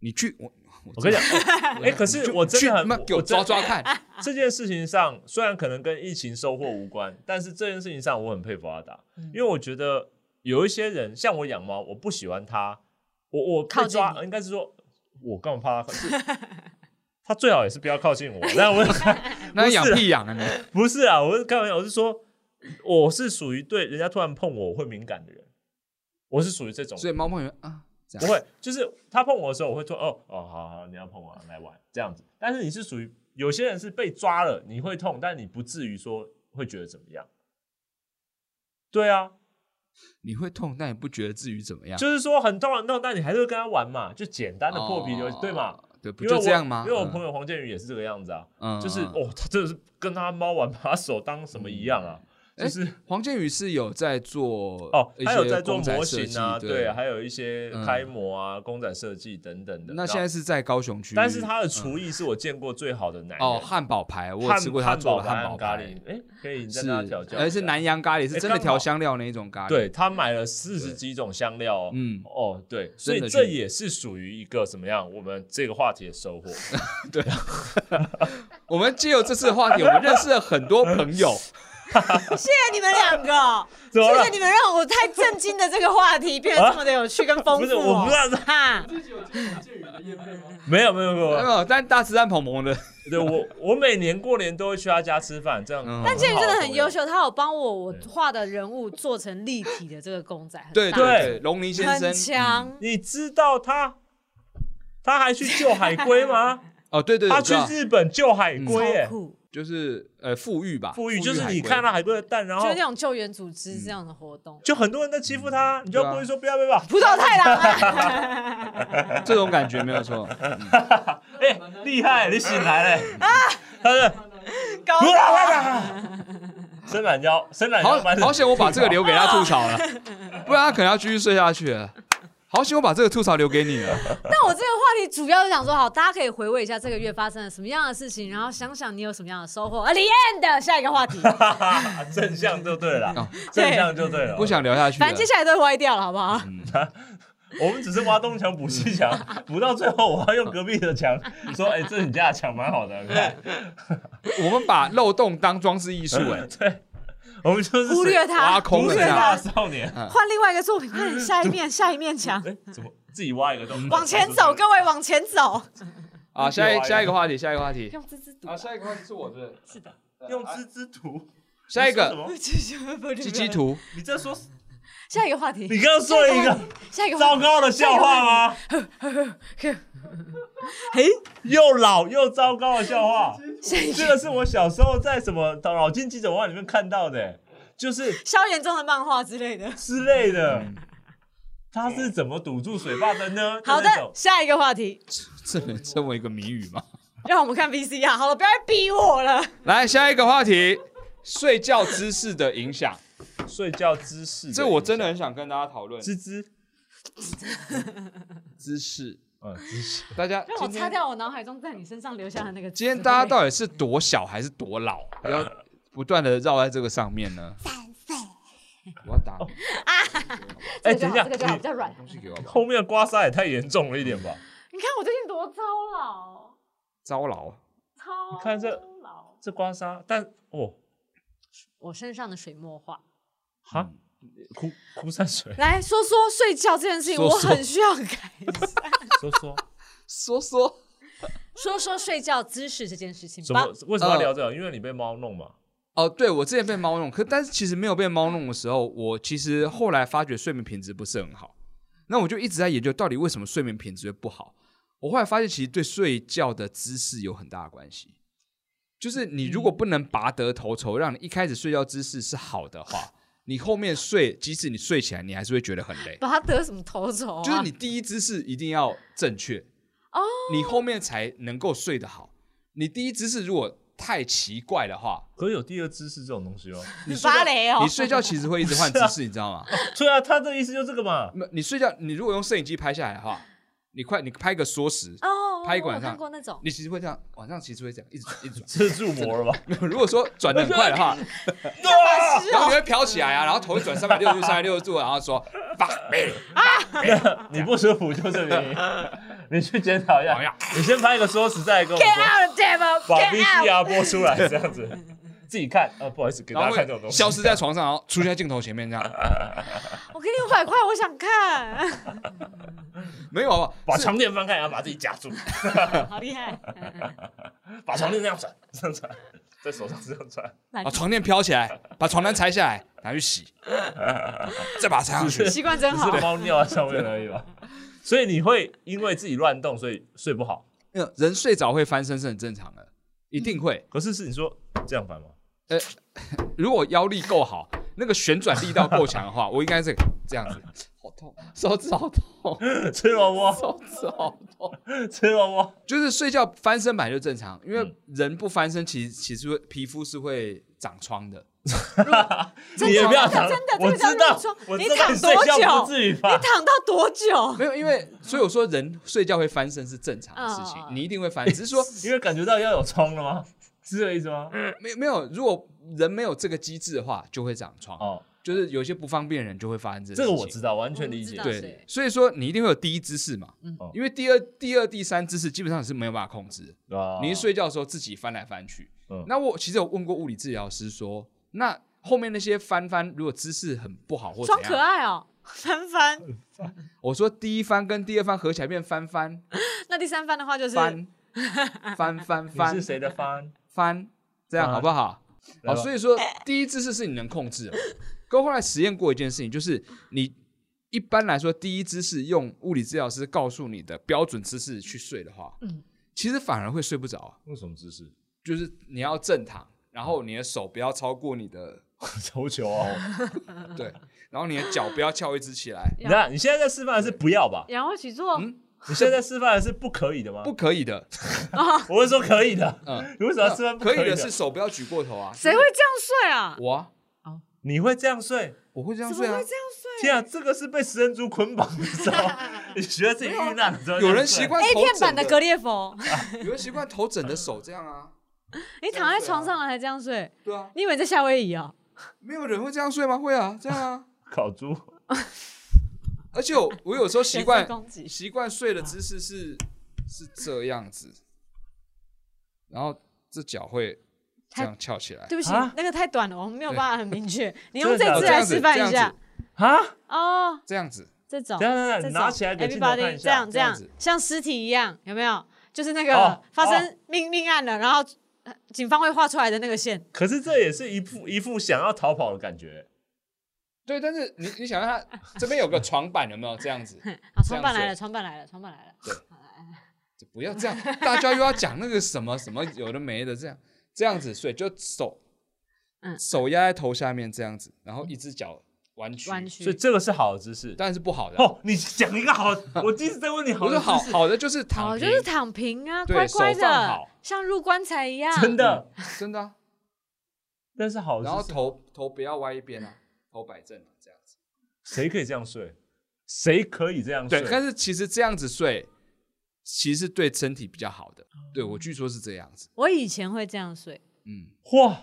A: 你去我，
C: 我跟你讲，哎，可是我真
A: 去
C: 的
A: 他
C: 很
A: 妈，给我
C: 我真
A: 抓抓看，
C: 这件事情上，虽然可能跟疫情收获无关，但是这件事情上我很佩服阿达，
B: 嗯
C: 因为我觉得有一些人像我养猫，我不喜欢它，我我被
B: 靠近
C: 抓
B: 你
C: 应该是说，我干嘛怕它？是它最好也是不要靠近我， 但我
A: 那
C: 不是
A: 养屁养啊你！
C: 不是啊，我是开玩笑，我是说，我是属于对人家突然碰我我会敏感的人，我是属于这种
A: 所，以猫朋友啊，这
C: 不
A: 样
C: 会，就是他碰我的时候，我会说，哦哦，好好，你要碰我啊来玩这样子。但是你是属于有些人是被抓了，你会痛，但你不至于说会觉得怎么样。对啊，
A: 你会痛，但也不觉得至于怎么样，
C: 就是说很痛很痛，但你还是会跟他玩嘛，就简单的破皮游戏，
A: 哦
C: 对嘛？？
A: 对，不
C: 因为
A: 就
C: 我
A: 这样吗？
C: 因为我
A: 嗯
C: 朋友黄建宇也是这个样子啊，
A: 嗯
C: 就是
A: 嗯
C: 哦，他真的是跟他猫玩，把他手当什么一样啊，
A: 嗯
C: 就是。
A: 黄建宇是有在做
C: 哦，
A: 一
C: 还有
A: 些
C: 在做
A: 公仔
C: 模
A: 设
C: 型
A: 计
C: 啊，
A: 对
C: 对，还有一些
A: 嗯
C: 开模啊、公仔设计等等的。
A: 那现在
C: 然后，
A: 是在高雄区，
C: 但是他的厨艺是我见过最好的男人。
A: 哦汉堡排，我有
C: 汉
A: 吃过他做的
C: 汉
A: 汉堡
C: 咖
A: 排
C: 喱，，哎，可以你再
A: 是
C: 跟他调教一下。
A: 而是南洋咖喱，是
C: 哎
A: 真的
C: 刚
A: 调
C: 好
A: 香料那一种咖喱，
C: 对他买了四十几种香料哦，
A: 嗯
C: 哦，对，所
A: 真的
C: 以
A: 去
C: 这也是属于一个怎么样？我们这个话题的 收获，
A: 我们借由这次的话题，我们认识了很多朋友，
B: 谢谢你们两个，
C: 怎么
B: 谢
C: 了
B: 谢你们让我太震惊的这个话题变得这么的有趣跟丰富、哦
C: 啊不是我不知道
B: 哈，
C: 没有没有没有
A: 没，有，哦但大吃蛋跑萌的，
C: 对我，我每年过年都会去他家吃饭，这样
A: 嗯。
B: 但
C: 这
B: 建宇
C: 个
B: 真的很优，秀，他有帮我我
C: 对
B: 画的人物做成立体的这个公仔，很
A: 对
B: 大
A: 对对，龙鳞先生
B: 很强。
C: 你知道他，他还去救海龟吗？
A: 哦，对对，对
C: 他
A: 我知
C: 去
A: 道
C: 日本救海
B: 超
C: 龟嗯耶，
B: 酷，
A: 就是呃富裕吧，
C: 富裕就是
A: 嗯
C: 你
A: 海龟
C: 看到海龟的蛋，然
B: 就
C: 后
B: 是那种救援组织这样的活动。
C: 就很多人在欺负他，你就
A: 对啊
C: 不会说不要不要不要，
B: 葡萄太郎啊，
A: 这种感觉没有 错，嗯
C: 哎，厉害，你醒来了，欸他是
B: 啊高
C: 不要不要，伸懒腰，伸懒
A: 好
C: 腰，反正
A: 好险我把这个留给他吐槽了，不然他可能要继续睡下去了。好险我把这个吐槽留给你啊 了，
B: 但我这个话题主要是想说，好，大家可以回味一下这个月发生了什么样的事情，然后想想你有什么样的收获。啊，李 e 的下一个 话题，
C: 正向就对了
A: 哦
C: 啦，正向就对了。
A: 不，想聊下去了啊
B: 反正。接下来都会歪掉了，好不好？
C: 我们只是挖东墙补 西墙，补到最后我要用隔壁的墙说，哎，这是你家的墙蛮好的，看
A: 嗯我们把漏洞当装饰艺术， 哎，
C: 对，我们就是
B: 忽略
A: 挖
B: 它，
A: 空
B: 忽
C: 忽
A: 了嗯
B: 略
C: 略
A: 这样
C: 大
B: 它，
C: 少年。
B: 换另外一个作品，快点下一面，下一面 墙，
C: 哎，怎么自己挖一个洞？
B: 往前 走，
C: 跟
B: 各位往前走，
A: 啊，下一下一个话题，下一个话题，啊
B: 用滋滋读。
C: 啊
A: 下一个话题是我的，是的，
C: 用
B: 啊
C: 滋滋图，
A: 下一
C: 你说
A: 个
C: 什么
A: 鸡鸡图，
C: 你在说？
B: 哎下一个话题，
C: 你刚刚说了一个
B: 下一个
C: 糟
B: 话题，
C: 糕的笑话吗？
B: 嘿，
C: 又老又糟糕的笑话。
B: 下一
C: 这
B: 个
C: 个是我小时候在什么《脑筋急转弯》里面看到的、就是
B: 萧炎中的漫画之类的。
C: 之类的。他是怎么堵住水坝的呢？
B: 好
C: 就那种
B: 的，下一个话 题，
A: 这能称为一个谜语吗？
B: 让我们看 VCR。好了，不要再逼我了。
A: 来，下一个话题，睡觉姿势的影响，
C: 睡觉姿势，
A: 这我真的很想跟大家讨论
C: 吱吱，
A: 姿势。
C: 嗯，吱 吱
A: 大家
B: 让我
A: 今
B: 擦
A: 天
B: 掉我脑海中在你身上留下的那个。
A: 今天大家到底是多小还是多老，要不断的绕在这个上面呢？啊三岁，我要打你
C: 哎、
B: 这个就
C: 等一
B: 好
C: 下，
B: 这个就好比
C: 你
B: 较软。
A: 东西给我吧，
C: 后面的刮痧也太严重了一点吧？
B: 你看我最近多糟老，
A: 招老。
B: 超
C: 你看这
B: 老。
C: 这刮痧，但哦，
B: 我身上的水墨画，，
C: 哈，枯枯山水
B: 来说说睡觉这件事情，
A: 说
B: 我
A: 说
B: 很需要改 善。
C: 说说
A: 说说，
B: 说说睡觉姿势这件事情
C: 什
B: 吧
C: 么。？为什么要聊这个？因为你被猫弄嘛。
A: 哦，对我之前被猫弄，可但是其实没有被猫弄的时候，我其实后来发觉睡眠品质不是很好。那我就一直在研究到底为什么睡眠品质会不好。我后来发现，其实对睡觉的姿势有很大的关系。就是你如果不能拔得头筹，让你一开始睡觉姿势是好的话，你后面睡，即使你睡起来，你还是会觉得很累。
B: 把他得什么头筹啊？
A: 就是你第一姿势一定要正确
B: 哦，
A: 你后面才能够睡得好。你第一姿势如果太奇怪的话，
C: 可是有第二姿势这种东西哦。
A: 你睡
B: 芭
A: 觉
B: 蕾哦
A: 你睡觉其实会一直 换姿势，你知道吗？
C: 对啊，他的意思就这个嘛。
A: 没有你睡觉，你如果用摄影机拍下来的话，你快你拍个缩时，
B: 哦，
A: 拍一个
B: 我
A: 晚
B: 有
A: 上
B: 看过那种。
A: 你其实会这样，晚上其实会这样，一直一直转。
C: 这是入魔了吧？
A: 如果说转的很快的话，
B: 大师
A: 然后
B: 哦
A: 你，会飘起来啊，然后头会转三百六十度、三百六十度，然后说 fuck me，
C: 你不舒服就是原因，你去检讨一
A: 哎
C: 下
A: 呀。
C: 你先拍一个说实在跟我
B: Get
C: 说，
B: out, devil!
C: 把
B: Get out!
C: VCR 播出来这样子， 自己看啊，不好意思给大
A: 然
C: 家
A: 后
C: 看这种东
A: 会
C: 西
A: 消。失在床上，然后出现在镜头前面这样。
B: 我给你五百块，我想看，
A: 没有啊，
C: 把
A: 是
C: 床垫翻开，然后把自己夹住，
B: 好厉害！
C: 把床垫这样转，这样转，在手上这样转，
A: 把啊床垫飘起来，把床单拆下来，拿去洗，再把它拆上去。
B: 习惯真
C: 只
B: 好
C: 是。猫尿在上面而已吧。所以你会因为自己乱动，所以睡不好。
A: 没有人睡着会翻身是很正常的，一定会。
C: 可是是你说这样翻吗？
A: 如果腰力够好，那个旋转力道够强的话，我应该是这样子， 好痛，手指好痛，
C: 吃萝卜，
A: 手指好 痛。
C: 吃萝卜。
A: 就是睡觉翻身本来就正常，因为
C: 嗯
A: 人不翻身其，实其实会皮肤是会长疮的。
B: 真的
C: 你也不要躺，
B: 真的
C: 我
B: 这个叫
C: 知道
B: 入窗，
C: 我
B: 你
C: 知道
B: 躺
C: 睡
B: 多
C: 觉不
B: 久
C: 至于吧
B: 你？躺到多久？
A: 没有，因为所以我说人睡觉会翻身是正常的事情，
B: 哦
A: 你一定会翻，只是说
C: 因为感觉到要有冲了吗？ 是这个意思吗？
A: 没有没有，如果人没有这个机制的话，就会长疮，
C: 哦，
A: 就是有些不方便的人就会发生这
C: 这
A: 个
C: 个
A: 事
C: 我
A: 情
C: 知道，完全理
B: 我。
C: 解
B: 知道
A: 对
B: 是，
A: 所以说你一定会有第一姿势嘛，
C: 哦
A: 因为第二、第二、第三姿势基本上你是没有办法控制的。
C: 对吧啊
A: 你一，睡觉的时候自己翻来翻去
C: 哦嗯。
A: 那我其实有问过物理治疗师说，那后面那些翻翻，如果姿势很不好或怎
B: 装
A: 样，
B: 可爱哦，翻翻。
A: 我说第一翻跟第二翻合起来变翻翻
B: 那第三番的话就是
A: 翻翻翻
C: 你是
A: 翻
C: 谁 的翻？
A: 翻，这样
C: 翻
A: 好不好？
C: 来
A: 好，
C: 吧
A: 所以说第一姿势是你能控制的。跟后来实验过一件事情，就是你一般来说第一姿势用物理治疗师告诉你的标准姿势去睡的话，
B: 嗯
A: 其实反而会睡不着啊、
D: 用什么姿 势？
A: 就是你要正躺，然后你的手不要超过你的
C: 投球哦！
A: 对，然后你的脚不要翘一只起来，
C: 你 看你现在在示范的是不要吧？
B: 仰卧起坐，
A: 嗯
C: 你现在在示范的是不可以的吗？
A: 不，可以的。
C: 我是说可以的。
A: 嗯，
C: 你为什么要示范不
A: 可
C: 以
A: 以的
C: 的？
A: 是手不要举过头啊。
B: 谁会这样睡啊？
A: 我啊
C: 你会这样睡？
A: 我会这样
B: 怎么
A: 睡啊
B: 会。这样睡？
C: 天啊，这个是被食人族捆绑的时 候，你觉得自己遇难的时候，
A: 有人习。惯
B: A
A: 头
B: 片
A: 枕
B: 版的格列佛，
A: 有人习惯头枕的手这样啊。
B: 你躺在床上了还这样睡？
A: 对啊，
B: 你以为你在夏威夷啊？
A: 没有人会这样睡吗？会 啊，这样啊。
C: 烤猪，
A: 而且我我有时候习惯
B: 人身攻击
A: 习惯睡的姿势是是这样子，然后这脚会这样翘起来。哦
B: 对不起
C: 啊，
B: 那个太短了，我们没有办法很明 确。你用
C: 真
B: 这
C: 的假的
B: 次来示范一
A: 这样
B: 下
A: 子
C: 啊！
B: 哦，
A: 这样子，
B: 这种。
C: 等一下等一下
B: 这
C: 你
B: 种
C: 拿起来给镜头
B: everybody
C: 看一下
B: 这样
A: 这
B: 这
A: 样
B: 样
A: 子，
B: 像尸体一样，有没有？就是那
C: 哦
B: 个发
C: 哦
B: 生命命案了，然后呃警方会画出来的那个线。
C: 可是这也是一副一副想要逃跑的感觉。
A: 对，但是你你想让他这边有个床板，有没有这样 子？
B: 啊，床板
A: 这样睡
B: 来了，床板来了，床板来了。
A: 就不要这样，大家又要讲那个什么什么有的没的，这样这样子睡，就手，
B: 嗯
A: 手压在头下面这样子，然后一只脚弯曲，
B: 弯曲
C: 所以这个是好的姿势。
A: 嗯当然是不好的啊。
C: 哦，你讲一个好，我第一次在问你好
A: 我
C: 的
A: 说好
C: 姿势，
A: 好的就是躺
B: 哦，
A: 平，
B: 就是躺平啊，
A: 对
B: 乖乖
A: 手放
B: 的
A: 好，
B: 像入棺材一样。
C: 真的，
A: 真的啊、
C: 但是好的
A: 然后
C: 姿势。
A: 头头不要歪一边啊，头摆正啊，这样子。
C: 谁可以这样睡？谁可以这样睡
A: 对，？但是其实这样子睡，其实对身体比较好的。
C: 哦
A: 对我据说是这样子，
B: 我以前会这样睡，
A: 嗯，
C: 哇，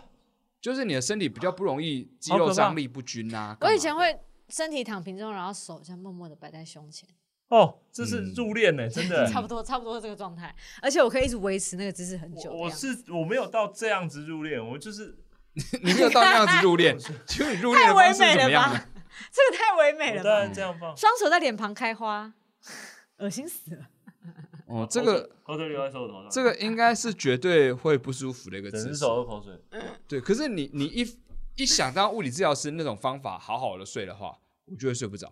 A: 就是你的身体比较不容易肌
C: 哦好可
A: 肉
C: 怕
A: 张力不均啊。干
B: 我
A: 嘛
B: 以前
A: 的
B: 会身体躺平之后，然后手这样默默的摆在胸前，
C: 哦，这是入殓 呢，真的。
B: 差不多差不多这个状态，而且我可以一直维持那个姿势很久
C: 我
B: 的
C: 我
B: 样子。
C: 是我没有到这样子入殓，我就是
A: 你没有到那样子入 殓，请问你入殓的
B: 太
A: 方
B: 唯
A: 式
B: 美
A: 怎么
B: 了
A: 样呢
B: 吧？？这个太唯美
A: 嗯
B: 了
C: 我当
B: 吧？
C: 然这样放。
B: 双手在脸庞开花，恶心死了。
A: 哦，这个
C: 口水流在手头上，
A: 这个应该是绝对会不舒服的一个
C: 整
A: 姿
C: 只
A: 势。
C: 手都口水。
A: 对，可是你你一一想当物理治疗师那种方法，好好的睡的话，我就会睡不着，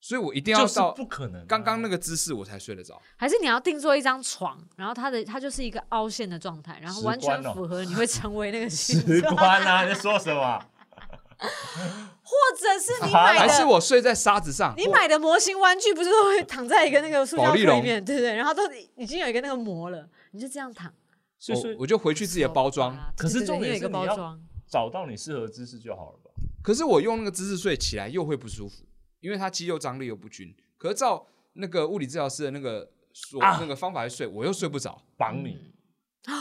A: 所以我一定要
C: 就是
A: 到
C: 不可能啊、
A: 刚刚那个姿势我才睡得着。
B: 还是你要定做一张床，然后它的它就是一个凹陷的状态，然后
C: 直
B: 完全
C: 观哦
B: 符合你会成为那个形
C: 直
B: 状，
C: 观啊，你在说什么啊？
B: 或者是你
C: 啊
B: 买的，
A: 还是我睡在沙子上？
B: 你买的模型玩具不是都会躺在一个那个塑胶
A: 保
B: 壳
A: 丽龙
B: 里面，对不对？然后都已经有一个那个膜了，你就这样躺。
C: 所以
A: 我
C: 说
A: 我 就回去自己的包装。
B: 啊
C: 可是
B: 对对对
C: 重点
B: 你有一
C: 是
B: 个
C: 你
B: 包
C: 要
B: 装，
C: 找到你适合的姿势就好了吧？
A: 可是我用那个姿势睡起来又会不舒服，因为它肌肉张力又不均。可是照那个物理治疗师的那个说、
C: 啊
A: 那个方法来睡，我又睡不着。
C: 绑你，
B: 嗯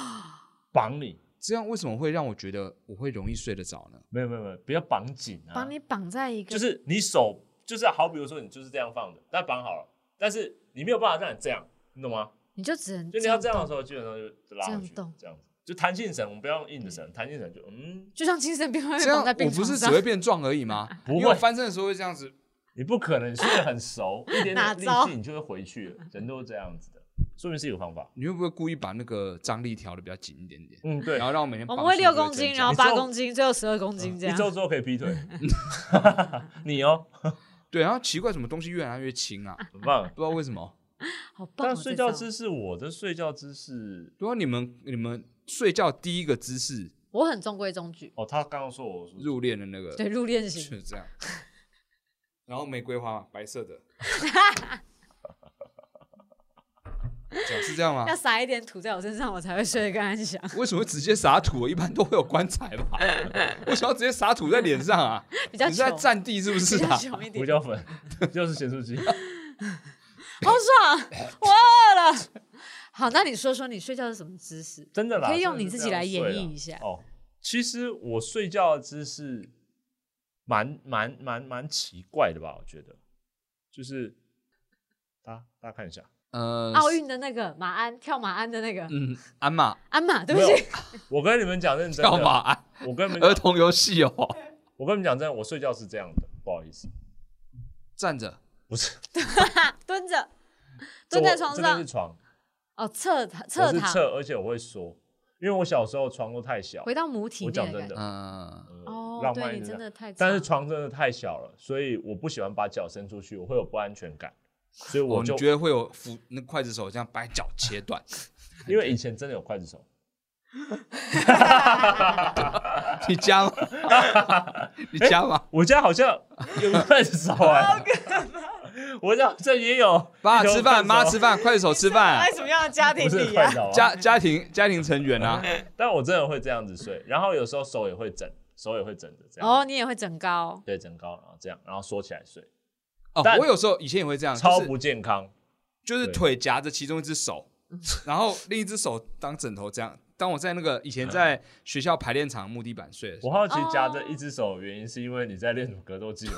C: 绑你，
A: 这样为什么会让我觉得我会容易睡得着呢？
C: 没有没有没有，不要绑紧啊！
B: 把你绑在一个，
C: 就是你手，就是好比如说你就是这样放的，但绑好了，但是你没有办法让你这样，你懂吗？
B: 你就只能
C: 就你要这样的
B: 动
C: 时候，基本上就拉回去，
B: 这样动
C: 这样子。就弹性绳，我们不要用硬的绳，弹性绳就嗯，
B: 就像精神病会
A: 这
B: 被
A: 样
B: 绑在
A: 我
B: 病
A: 不
B: 床
A: 是只
B: 上，
A: 会变壮而已吗？
C: 不会
A: 因为我翻身的时候会这样子，
C: 你不可能睡得很熟，一点
B: 哪
C: 点力
B: 招
C: 气你就会回去了，人都是这样子的，说明是有方法。
A: 你会不会故意把那个张力调的比较紧一点点？
C: 嗯，对
A: 然，后让我每天
B: 哦我
A: 磅
B: 们会
A: 数
B: 六
A: 不
B: 公
A: 增
B: 斤，
A: 加
B: 然后
C: 一
B: 八
C: 周
B: 公斤，最后十二公斤这
C: 一周
B: 样。
C: 之后可以 劈腿，你哦，
A: 对，然后奇怪什么东西越来越轻啊，
C: 很棒
A: 不。知道为什么。
B: 好棒哦！
C: 但睡觉
B: 这招
C: 姿势，我的睡觉姿势，
A: 如果你们你们睡觉第一个姿势
B: 我很中规中矩，
C: 哦，他刚刚说我说
A: 入殓的那个，
B: 对，入殓
A: 就
B: 型
A: 是这样。然后玫瑰花嘛，白色的，脚是这样吗
B: 要？撒一点土在我身上，我才会睡得更安详。
A: 为什么直接撒土？一般都会有棺材 吧？为什么要直接撒土在脸上啊？
B: 比较
A: 你是在
B: 穷
A: 占地是不
B: 比
A: 是
B: 较
A: 啊？
B: 穷一点
C: 胡，椒粉，就是咸酥鸡。
B: 好爽，我饿了。好，那你说说你睡觉是什么姿势？
C: 真的啦，
B: 可以用
C: 真的
B: 你
C: 是
B: 自
C: 这
B: 己
C: 样
B: 来演
C: 睡
B: 绎
C: 啦
B: 一下
C: 哦。其实我睡觉的姿势蛮蛮蛮蛮奇怪的吧？我觉得，就是大家大家看一下，
A: 呃，
B: 奥运的那个马鞍跳马鞍的那个
A: 嗯，鞍马
B: 鞍马，对
C: 没
B: 不
C: 有
B: 起，，
C: 我跟你们讲认真
A: 跳马
C: 的，
A: 鞍，
C: 我 跟你们
A: 儿
C: 讲，
A: 童游戏哦，
C: 我跟你们讲真的，我睡觉是这样的，不好意思，
A: 站着
C: 不是
B: 蹲着蹲在床
C: 这边
B: 上
C: 是，床，
B: 哦，侧躺
C: 我
B: 侧
C: 是
B: 躺，
C: 侧，而且我会缩，因为我小时候床都太小
B: 回，到母体
C: 我
B: 内
C: 讲
B: 的
C: 真
B: 感觉。
C: 的，
A: 嗯，
C: 呃
B: 哦，
C: 浪漫
B: 对你
C: 一
B: 真
C: 点讲
B: 的太长，
C: 但是床真的太小了，所以我不喜欢把脚伸出去，我会有不安全感，所以
A: 我
C: 我就、
A: 哦你觉得会有扶那筷子手这样把脚切断，
C: 因为以前真的有 刽子手，
A: 你加 吗？你加吗？
C: 我家好像有个刽子手哎、我家好像也有，
A: 爸
C: 有
A: 吃饭，
C: 刽
A: 妈
C: 手
A: 吃饭，筷子手吃饭啊，
B: 在什么样的家庭
C: 哎不是
B: 里啊
C: 刽？手、啊， 嗯
A: 家家庭家庭成员啊，
C: 但我真的会这样子睡，然后有时候手也会枕，手也会枕着这样，
B: 哦，你也会整高，
C: 对，枕高，然后这样，然后缩起来睡，
A: 哦
C: 但，
A: 我有时候以前也会这样，
C: 超
A: 啊就是
C: 不健康。
A: 就是
C: 对
A: 腿夹着其中一只手，
B: 嗯
A: 然后另一只手当枕头这样。当我在那个以前
C: 嗯
A: 在学校排练场木地板睡的时
C: 我
A: 候，
C: 好奇
B: 哦
C: 夹着一只手的原因是因为你在练什么格 斗技吗？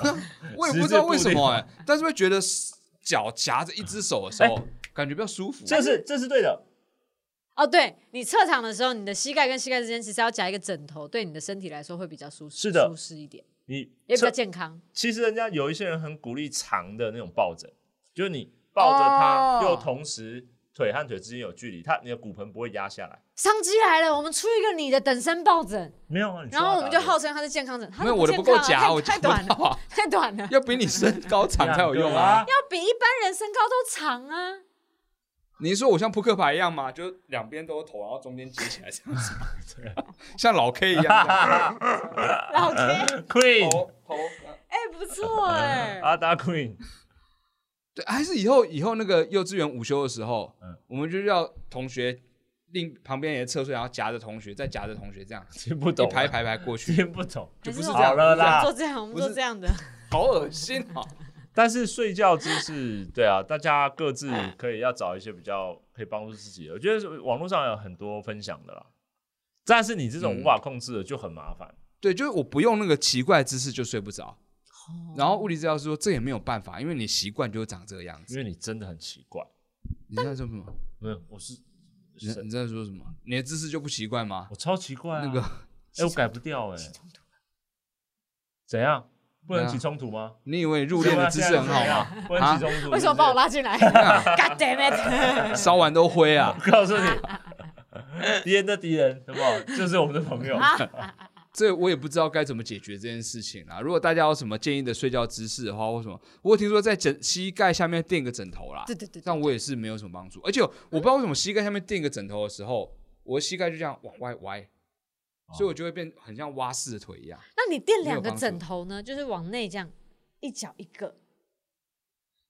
A: 我也
C: 十
A: 不
C: 字
A: 知道为
C: 步
A: 什
C: 练
A: 么哎、但是会觉得脚夹着一只手的时候，感觉比较舒服。啊
C: 这哎是这是对的，
B: 哦，对你侧躺的时候，你的膝盖跟膝盖之间其实要夹一个枕头，对你的身体来说会比较舒适，
C: 是的
B: 舒适一点，
C: 你
B: 也比较
C: 这
B: 健康。
C: 其实人家有一些人很鼓励长的那种抱枕，就是你抱着
A: 哦
C: 它，又同时腿和腿之间有距离，它你的骨盆不会压下来。
B: 商机来了，我们出一个你的等身抱枕，
C: 没有啊，你说
B: 然后
C: 要
B: 我们
C: 打
B: 就
C: 的
B: 号称它是健康枕，它
A: 没有我的
B: 健
A: 不够
B: 康啊
A: 夹
B: 太
A: 我夹
B: 太
A: 不
B: 短
A: 到
B: 了
A: 啊，
B: 太短 了，
A: 要比你身高长才有用
C: 两
A: 啊！
C: 个
B: 要比一般人身高都长啊。
A: 你是说我像扑克牌一样吗？就是两边都有头，然后中间接起来这样子吗， 像老 K 一样这样，
B: 老 K，哎、
C: Queen
A: 头头。
B: 不错哎、
C: 阿达 Queen，
A: 对，还是以后以后那个幼稚园午休的时候，
C: 嗯
A: 我们就要同学另旁边也侧睡，然后夹着同学，再夹着同学这样
C: 听不
A: 一
C: 懂啊，
A: 排一排排过 去，
C: 听不懂。
A: 就不
B: 还
A: 是
B: 是
A: 这样
C: 好了啦
B: 做这样，我们
A: 不是
B: 做这样的，
A: 好恶心啊！
C: 但是睡觉姿势，对啊，大家各自可以要找一些比较可以帮助自己的。我觉得网络上有很多分享的啦，但是你这
A: 嗯
C: 种无法控制的就很麻烦。
A: 对，就是我不用那个奇怪的姿势就睡不着。
C: 哦
A: 然后物理治疗师说这也没有办法，因为你习惯就长这个样
C: 因
A: 子。
C: 为你真的很奇怪。
A: 你在说什么？
C: 没有，我是
A: 你
C: 是
A: 你在说什么？你的姿势就不奇怪吗？
C: 我超奇怪、啊。
A: 那个
C: 哎、我改不掉哎、怎样？不能起冲突吗？
A: 你以为入殓的姿势很好吗？
C: 吗？不能起冲突是不是、
B: 为什么把我拉进 来？God damn it！
A: 烧完都灰啊！
C: 我告诉你， 敌人的敌人，好不好？就是我们的 朋友。
B: 啊
A: 这我也不知道该怎么解决这件事情啦。如果大家有什么建议的睡觉姿势的话，或什么，我有听说在枕膝盖下面垫个枕头啦，
B: 对对对对
A: 但我也是没有什么帮助。而且我不知道为什么膝盖下面垫个枕头的时候，我的膝盖就这样往外歪，所
C: 哦
A: 以我就会变很像蛙式的腿一样。
B: 那你垫
A: 没有
B: 两个
A: 帮助
B: 枕头呢？就是往内这样，一脚一个。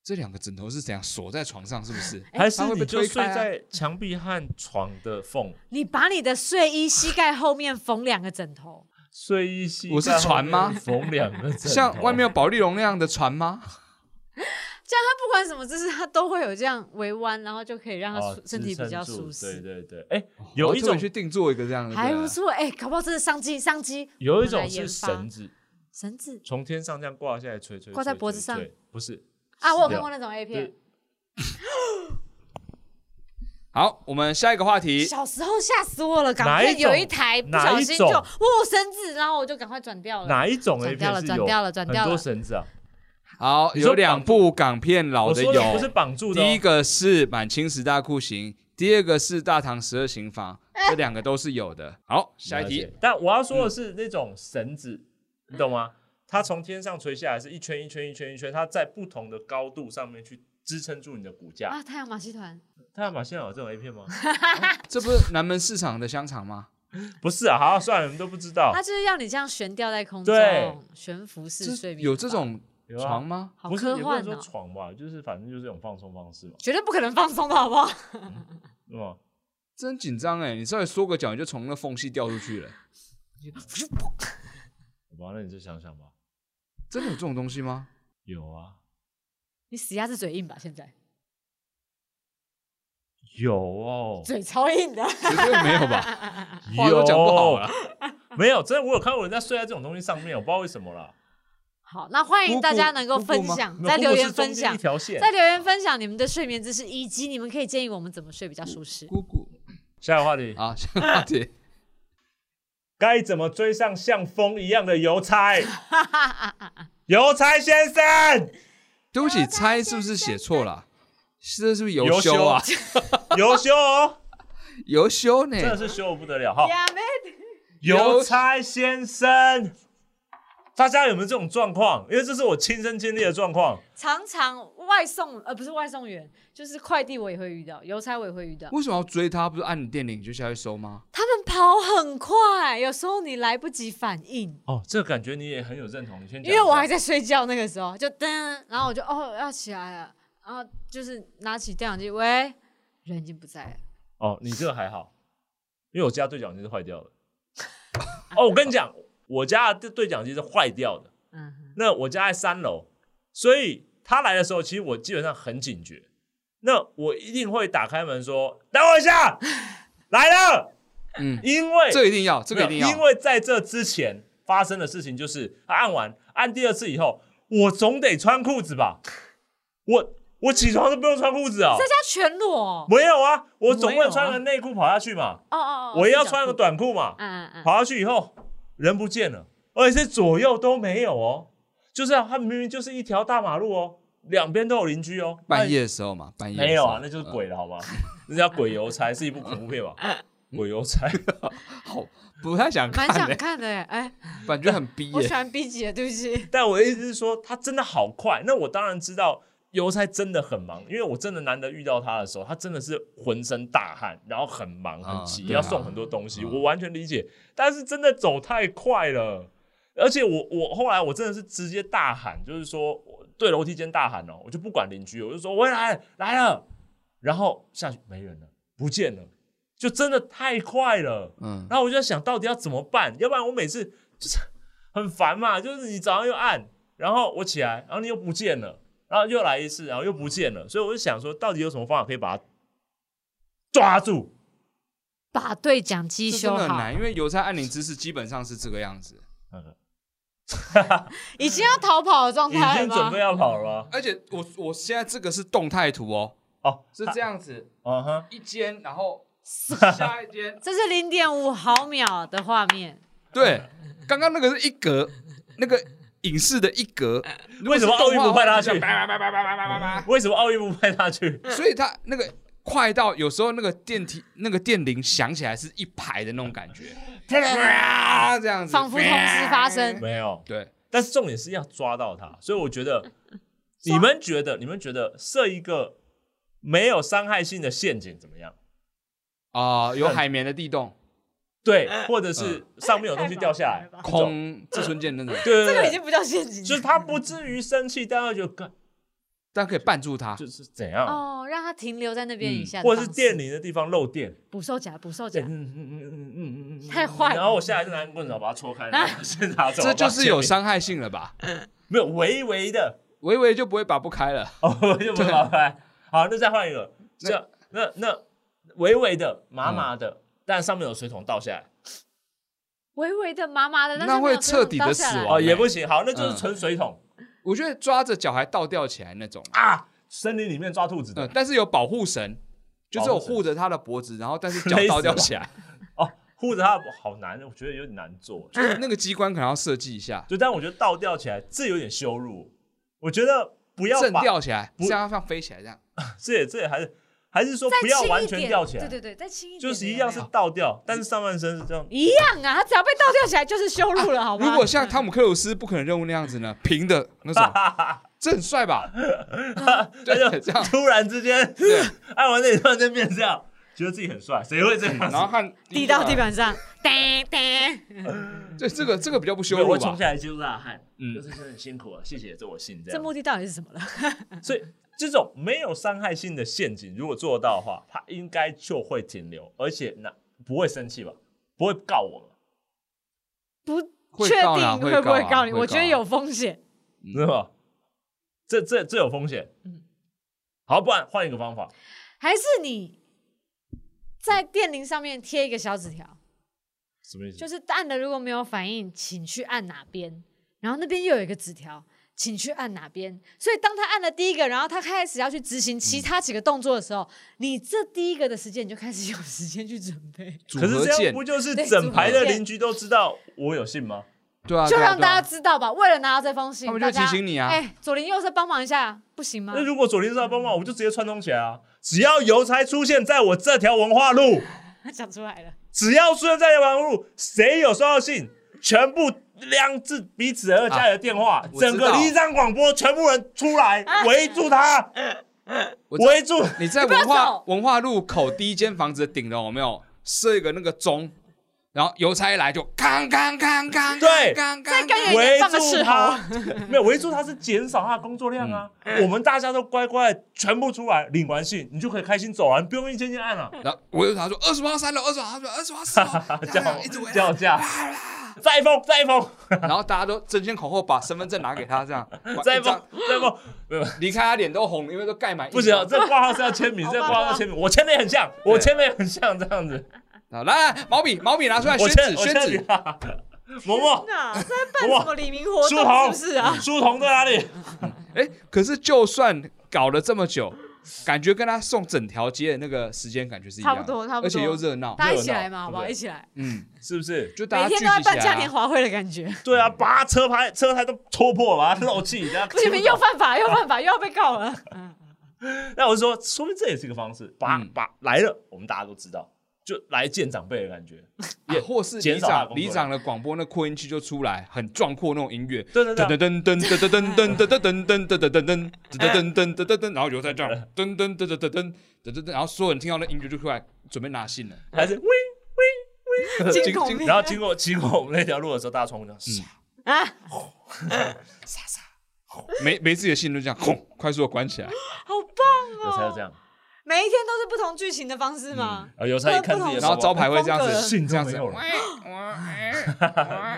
A: 这两个枕头是怎样锁在床上？是不是？
B: 哎
C: 还是
A: 它会被
C: 你就
A: 推
C: 睡
A: 开啊
C: 在墙壁和床的缝，
B: 你把你的睡衣膝盖后面缝两个枕头，
C: 睡衣系
A: 我是船吗
C: 缝两个枕头，
A: 像外面 有保利龙那样的船吗？
B: 这样它不管什么姿势，它都会有这样围弯，然后就可以让它
C: 哦
B: 舒啊身体比较
C: 支撑
B: 舒
C: 住
B: 适。
C: 对对啊对，哎、有
A: 哦
C: 一
A: 我要特
C: 种
A: 别去定做一个这样的，
B: 还
A: 对
B: 不错，哎、搞不好这是商机，商机。
C: 有
B: 我
C: 一种
B: 们来
C: 是
B: 研发
C: 绳子
B: 绳子
C: 从天上这样挂下来，吹吹
B: 挂在
C: 吹
B: 脖
C: 吹
B: 子上
C: 吹不是
B: 啊，我有
C: 死
B: 看
C: 掉
B: 过那种 A 片
C: 对。
A: 好，我们下一个话题。
B: 小时候吓死我了，港
C: 哪一
B: 片有一
C: 种
B: 台不
C: 哪
B: 小
C: 一
B: 心就
C: 种
B: 哇绳子，然后我就赶快转掉了。
C: 哪一种
B: 转
C: A
B: 掉
C: 片
B: 了
C: 是
B: 转
C: 有
B: 掉了转
C: 很
B: 掉
C: 多
B: 了
C: 绳子啊？
A: 好，
C: 你说
A: 有两部港片老
C: 我
A: 的
C: 说的
A: 有，
C: 不是绑住的哦，
A: 第一个是《满清十大酷刑》，第二个是《大唐十二刑罚》，
C: 哎
A: 这两个都是有的。好，下一
C: 了
A: 题
C: 解。但我要说的是那种绳子，你懂吗？它从天上垂下来是一圈一圈一圈一圈，它在不同的高度上面去支撑住你的骨架。
B: 啊，太阳马戏团，
C: 太阳马现在有这种 A 片吗？
A: 这不是南门市场的香肠吗？
C: 不是啊，好，算了，你们都不知道
B: 它。就是让你这样悬吊在空
C: 对
B: 中，悬浮式睡眠。
A: 有这种
C: 有
A: 床
C: 啊，
A: 吗？
B: 好
C: 不是
B: 科
C: 也不能
B: 幻
C: 说
B: 哦，
C: 床吧，就是反正就是这种放松方式嘛，
B: 绝对不可能放松的好不好？
C: 是吗？
A: 真紧张哎！你稍微缩个脚，你就从那缝隙掉出去了。
C: 好啊吧，那你就想想吧。
A: 真的有这种东西 吗？
C: 有啊，
B: 你死鸭子嘴硬吧，现在
C: 有哦，
B: 嘴超硬的。
A: 绝对没有吧？话
C: 有哦
A: 都讲不好了。
C: 没有，真的，我有看过人家睡在这种东西上面，我不知道为什么啦。
B: 好，那欢迎大家能够分享，在留言分享
C: 一，条线。
B: 在留言分享你们的睡眠知识，以及你们可以建议我们怎么睡比较舒适。
A: 姑姑
C: 下一个话题，
A: 啊， 下一个话题，
C: 该怎么追上像风一样的邮差？ 邮差先生，
A: 对不起，猜是不是写错了啊？这是不是
C: 邮
A: 邮修啊？ 哎
C: 邮修哦，
A: 邮修呢？
C: 真的是修的不得了哈。
B: Yeah, man
C: 邮差先生，大家有没有这种状况？因为这是我亲身经历的状况。
B: 常常外送，呃，不是外送员，就是快递，我也会遇到，邮差我也会遇到。
A: 为什么要追他？不是按你电铃就下去收吗？
B: 他们跑很快，有时候你来不及反应，
C: 哦，这个感觉你也很有认同。你先讲
B: 因
C: 一下，
B: 为我还在睡觉那个时候，就噔，然后我就哦要起来了，然后就是拿起电脑机，喂，人已经不在了。
C: 哦，你这个还好，因为我家对讲机是坏掉的。哦，我跟你讲，我家的对讲机是坏掉的。
B: 嗯哼，
C: 那我家在三楼，所以他来的时候，其实我基本上很警觉。那我一定会打开门说：“等我一下，来了。”
A: 嗯，
C: 因为
A: 这个一定要，这个一定
C: 哎没有因
A: 要。
C: 为在这之前发生的事情就是，他按完按第二次以后，我总得穿裤子吧？我我起床都不用穿裤子啊、
B: 在家全裸哦
C: 没有啊，我总
B: 没
C: 会
B: 有啊
C: 穿个内裤跑下去嘛，
B: 哦哦，哦
C: 我也要穿个，短裤嘛。
B: 是讲嗯嗯嗯，
C: 跑下去以后，人不见了，而且是左右都没有哦，就是啊，它明明就是一条大马路哦，两边都有邻居哦，
A: 半夜的时候嘛，半夜的
C: 没
A: 时
C: 有
A: 候嗯
C: 啊，那就是鬼了好 吗？那叫鬼邮差，是一部恐怖 片吧？鬼邮差，
A: 好，不太想看
B: 蛮想
A: 的，
B: 看的耶，哎，
A: 感觉很逼
B: 我喜
A: 耶。
B: 欢 B 级的，对不起，
C: 但我的意思是说，他真的好快。那我当然知道邮差真的很忙，因为我真的难得遇到他的时候，他真的是浑身大汗，然后很忙很急，
A: 啊对啊
C: 要送很多东西，
A: 嗯
C: 我完全理解。但是真的走太快了，而且我我后来我真的是直接大喊，就是说我对楼梯间大喊哦，我就不管邻居，我就说我来了来了，然后下去没人了，不见了，就真的太快了。
A: 嗯，
C: 然后我就在想到底要怎么办，要不然我每次就是很烦嘛，就是你早上又按，然后我起来，然后你又不见了，然后又来一次，然后又不见了，所以我就想说，到底有什么方法可以把它抓住？
B: 把对讲机
A: 这
B: 修
A: 真的很
B: 好
A: 难，，因为邮差按铃姿势基本上是这个样子，
B: 已经要逃跑的状
C: 已
B: 态
C: 经
B: 了
C: 准备
B: 吗？
C: 要跑了吗？
A: 而且我我现在这个是动态图哦，
C: 哦，
A: 是这样子，
C: 嗯哼，
A: 一间，然后 下一间，
B: 这是零点五毫秒的画面，
A: 对，刚刚那个是一格，那个影视的一格，
C: 为什么奥运不派他去？
A: 叭叭叭叭叭叭叭叭
C: 为什么奥运不派他去？
A: 叭，所以他那个快到有时候那个电梯那个电铃响起来是一排的那种感觉，啪这样子，
B: 仿佛同时发生。
C: 没有，
A: 对，
C: 但是重点是要抓到他，所以我觉得，你们觉得，你们觉得设一个没有伤害性的陷阱怎么样？
A: 啊，有海绵的地洞，
C: 对，或者是上面有东西掉下来，
B: 太麻烦了吧
A: 空自尊剑那种，
B: 这
C: 对对
B: 个已
C: 对
B: 经不叫陷阱，
C: 就是他不至于生气，但他就干
A: 但可以绊住它，
C: 就是怎样，
B: 哦，让它停留在那边一
A: 嗯
B: 下，
C: 或者是电铃的地方漏电，
B: 捕兽夹，捕兽
C: 对
B: 夹
C: 嗯，嗯嗯嗯嗯嗯嗯 嗯，
B: 太坏了啊
C: 然后我下来就拿棍子把它戳 开，然后先拿走，
A: 这就是有
C: 伤，
A: 伤害性了吧？
C: 没有微微的，
A: 微微就不会拔不开了，
C: 哦，我就不麻烦。好，那再换一个，
A: 那嗯
C: 这那那微微的麻麻的，但上面有水桶倒下来，
B: 微微的、麻麻的，但是
A: 那
B: 没有
A: 会彻底地
B: 倒下来
A: 死
C: 哦
A: 亡
C: 也不行，好，那就
A: 嗯
C: 是纯水桶
A: 我觉得抓着脚还倒吊起来那种。
C: 啊，森林里面抓兔子
A: 呃，
C: 的，
A: 但是有保护绳，就是有护着他的脖子，然后但是脚倒吊起 来，
C: 哦，护着它好难，我觉得有点难 做，
A: 就是那个机关可能要设计一下，
C: 就但我觉得倒吊起来这有点羞辱，我觉得不要
A: 正
C: 把
A: 吊起来，
C: 不
A: 这样放飞起来这样。
C: 这也这也还是还是说
B: 再
C: 不要
B: 轻一
C: 完全
B: 点
C: 吊起来，
B: 对对对，再轻一点的有没
C: 就
B: 有，
C: 是一样是倒吊，但是上半身是 这样，
B: 一样啊，它只要被倒吊起来就是羞辱了，好吗？
A: 啊如果像汤姆克鲁斯不可能任务那样子呢，平的那 种，这很帅吧？对， 这样，
C: 突然之间
A: 对，
C: 按完这里突然间变这样，觉得自己很帅，谁会这样
A: 嗯然
C: 子？
A: 后 和
B: 滴到地，板上，噔噔，
A: 对，这个这个比较不羞
C: 没有我
A: 辱
C: 会冲
A: 吧？
C: 下来接住他的汗，
A: 嗯
C: 就是真的很辛苦啊了，谢谢，这我信这
B: 这
C: 样。
B: 目的到底是什么了？
C: 所以这种没有伤害性的陷阱，如果做到的话，他应该就会停留，而且那不会生气吧？不会告我们，
B: 不
A: 会
B: 确
A: 告啦
B: 定
A: 会
B: 会不会
A: 告啊
B: 告你，
A: 会
B: 我觉
A: 告啊
B: 得有风险。
C: 知道吗？这这这有风险。
B: 嗯
C: 好，不然换一个方法，
B: 还是你在电铃上面贴一个小纸条，
C: 什么意思？
B: 就是按的如果没有反应，请去按哪边。然后那边又有一个纸条，请去按哪边。所以当他按了第一个，然后他开始要去执行其他几个动作的时候，你这第一个的时间你就开始有时间去准备，
A: 组
C: 可是
A: 合
C: 这样
A: 键
C: 不，就是
B: 对
C: 整排的
B: 组合键
C: 邻居都知道我有信吗？
A: 对啊，
B: 就
A: 对啊
B: 让
A: 对啊
B: 大家知道吧。为了拿到这封信，
A: 他们
B: 大
A: 就
B: 家
A: 提醒你啊呃
B: 哎、左邻右舍帮忙一下，不行吗
C: 那？如果左邻右舍帮忙，我就直接串通起来啊！只要邮差出现在我这条文化路，
B: 他讲出来了，
C: 只要出现在这条文化路，谁有收到信，全部亮自彼此而家里的电话，
A: 啊我知道
C: 整个一张广播，全部人出 来围住他，
A: 我
C: 围住。
A: 你在
B: 不要
A: 文化
B: 走
A: 文化路口第一间房子的顶楼有没有设一个那个钟？然后邮差一来就康康康康，
C: 对
A: 康
B: 在
A: 康
B: 甘
A: 康
B: 源
C: 围
B: 园放个
C: 住
B: 斥
C: 他
B: 候，，
C: 没有围住他是减少他的工作量啊。
A: 嗯
C: 我们大家都乖乖地全部出来领完信，你就可以开心走啊，你不用一件件按了、
A: 然后我就他说二十号三楼，二十号，他说二十号四楼，这样哦 一直围
C: 啊，
A: 来
C: 叫价，再封再封
A: 然后大家都争先恐后把身份证拿给他，这 样
C: 再
A: 哦一张
C: 封再封，没有
A: 离开他脸都红了，因为都盖满。
C: 不行，啊这挂号是 要签名，这挂号要签名，我签的也很
A: 嗯
C: 像，我签的也很像这样子，
A: 好来来毛笔毛笔拿出来，
C: 我
A: 宣
C: 签
A: 纸
C: 我
A: 宣
C: 签
A: 纸
C: 名，啊， 嬷
A: 哦
C: 嬷，
B: 那在办
C: 哇
B: 什么黎明活
C: 书
B: 动
C: 童
B: 是不是啊？
A: 嗯
C: 书童在哪里？
A: 哎，可是就算搞了这么久，感觉跟他送整条街的那个时间感觉是一样的，
B: 差不多差不多
A: 而且又热闹，
B: 大家一起来嘛，
C: 热闹
B: 好不好？
C: 对不对
B: 一起来，
A: 嗯，
C: 是不是？
A: 就大
B: 每
A: 家聚
B: 天
A: 集
B: 都在办
A: 起
B: 嘉
A: 来
B: 年
A: 啊。
B: 华会的感觉。
C: 对啊，把车牌车胎都戳破了，啊漏气， 这样
B: 不行，不行，又犯法，又犯法，又要被告 了。
C: 那我就说，说明这也是一个方式，把
A: 嗯
C: 把来了，我们大家都知道，就来见长辈的感觉。
A: 也或是里
C: 减少
A: 长
C: 他的工作
A: 里长的广播那扩音器就出来，很壮阔那种音乐，
C: 对对对
A: 噔噔噔噔噔噔噔噔噔噔噔噔噔噔噔噔噔噔噔噔噔，然后犹太这样噔噔噔噔噔噔噔噔，然后所有人听到那音乐就出来准备拿信了，
C: 还是 喂喂
B: 惊
C: 喂，
B: 恐面
C: 然后经过经过我们那条路的时候，大家冲上，傻
B: 啊，
A: 没没自己的信就这样轰，快速的关起来，
B: 好棒！哦
C: 有才有这样。嗯
B: 每一天都是不同剧情的方式吗？
C: 然后邮差一看自己的
A: 然后
C: 手
A: 招
C: 腕
A: 牌会这样子，
C: 信
A: 这样
C: 都
A: 子
C: 没，有了，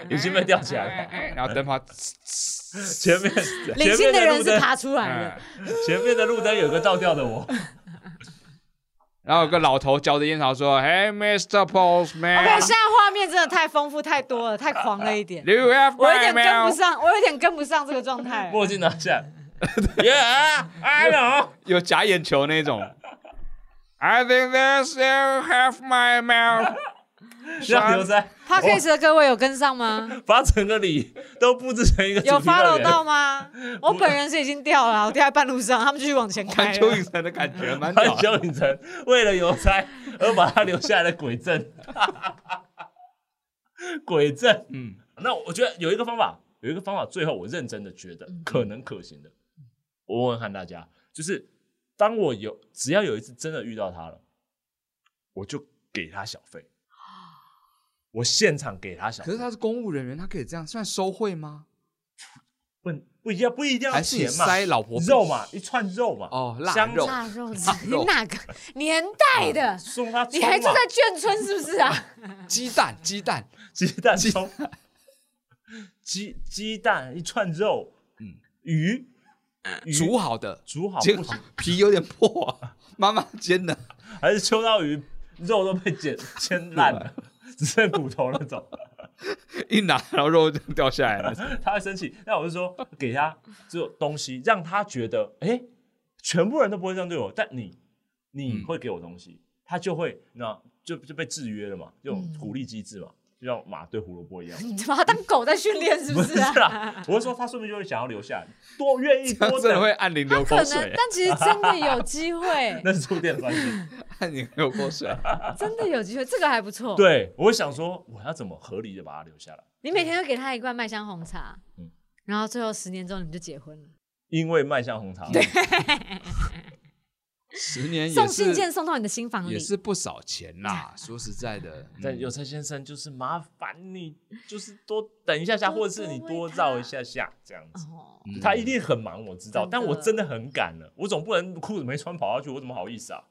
A: 已
C: 已经被吊起 来了。
A: 然后灯泡，
C: 前面
B: 领
C: 前
B: 先
C: 面
B: 的人
C: 路
B: 是
C: 灯，
B: 爬出来的
A: 嗯，
C: 前面的路灯有个倒吊的我，
A: 然后有个老头嚼着烟草说：“Hey, Mr. Postman,
C: 哎
B: 我看现在画面真的太丰富、太多了，太狂了一点
A: do，you have
B: 我有
A: my
B: 点跟
A: mail？”
B: 不上，我有点跟不上这个状态。
C: 墨镜 拿下来，Yeah, I know。
A: 有假眼球那种。I think this you have my mail
C: 让邮差
B: p a c k a g e 的各位有跟上 吗？
C: 把整个里都布置成一个主题
B: 有
C: 乐
B: follow
C: 园
B: 到 吗？我本人是已经掉了，我掉在半路上，他们继续往 前开啊
A: 环球
B: 了
A: 影。城的感觉，蛮屌的。
C: 环球影城为了邮差而把他留下来的鬼阵， 鬼阵。
A: 嗯，
C: 那我觉得有一个方法，有一个方法，最后我认真的觉得
B: 嗯
C: 可能可行的，我问问看大家，就是当我有只要有一次真的遇到他了，我就给他小费，
B: 啊
C: 我现场给他小
A: 可
C: 费
A: 是，他是公务人员，他可以这样算收贿吗？
C: 不不一样，不一定要
A: 还是你
C: 钱嘛，
A: 塞老婆饼
C: 肉嘛，一串肉嘛，
A: 哦腊
C: 香
A: 肉
B: 腊肉
A: 腊
B: 你
A: 肉
B: 哪个年代的？
C: 送他葱
B: 你
C: 嘛，
B: 还住在眷村是不是啊？
A: 鸡蛋，鸡蛋，
C: 鸡蛋粥，鸡鸡蛋一串肉，嗯，鱼鱼
A: 呃煮好的，
C: 煮好
A: 结
C: 不
A: 果
C: 行，
A: 皮有点破啊，妈妈煎的。
C: 还是秋刀鱼肉都被煎煎 烂了，只剩骨头那种，
A: 一拿，然后肉就掉下来 了。
C: 他会生气。那我就说给他这种东西，让他觉得哎、诶全部人都不会这样对我，但你你
A: 嗯
C: 会给我东西，他就会那就就被制约了嘛，这种鼓励机制嘛，就像马对胡萝卜一样。
B: 你把它当狗在训练是
C: 不
B: 是
C: 是
B: 啊？
C: 啦，我是说他说不定就会想要留下来，多愿意
A: 他
C: 多
A: 真的
C: 等
A: 会按铃 流
B: 可
A: 口
B: 能
A: 水，，
B: 但其实真的有 机会，
C: 那是触电专辑。
A: 按铃流口水。
B: 真的有机会，这个还不错。
C: 对，我想说我要怎么合理的把它留下来，
B: 你每天都给他一罐麦香红茶
C: 嗯，
B: 然后最后十年之后你们就结婚了，
C: 因为麦香红茶，
A: 十年也
B: 送信
A: 是
B: 件送到你的新房里
A: 也。是不少钱啦，说实在 的。嗯
C: 但有蔡先生就是麻烦你，就是多等一下下，
B: 多
C: 或者是你多绕一下下这样子。
B: 哦，
A: 嗯
C: 他一定很忙，我知道，
B: 真的
C: 但我真的很赶了，我总不能裤子没穿跑下去，我怎么好意思啊？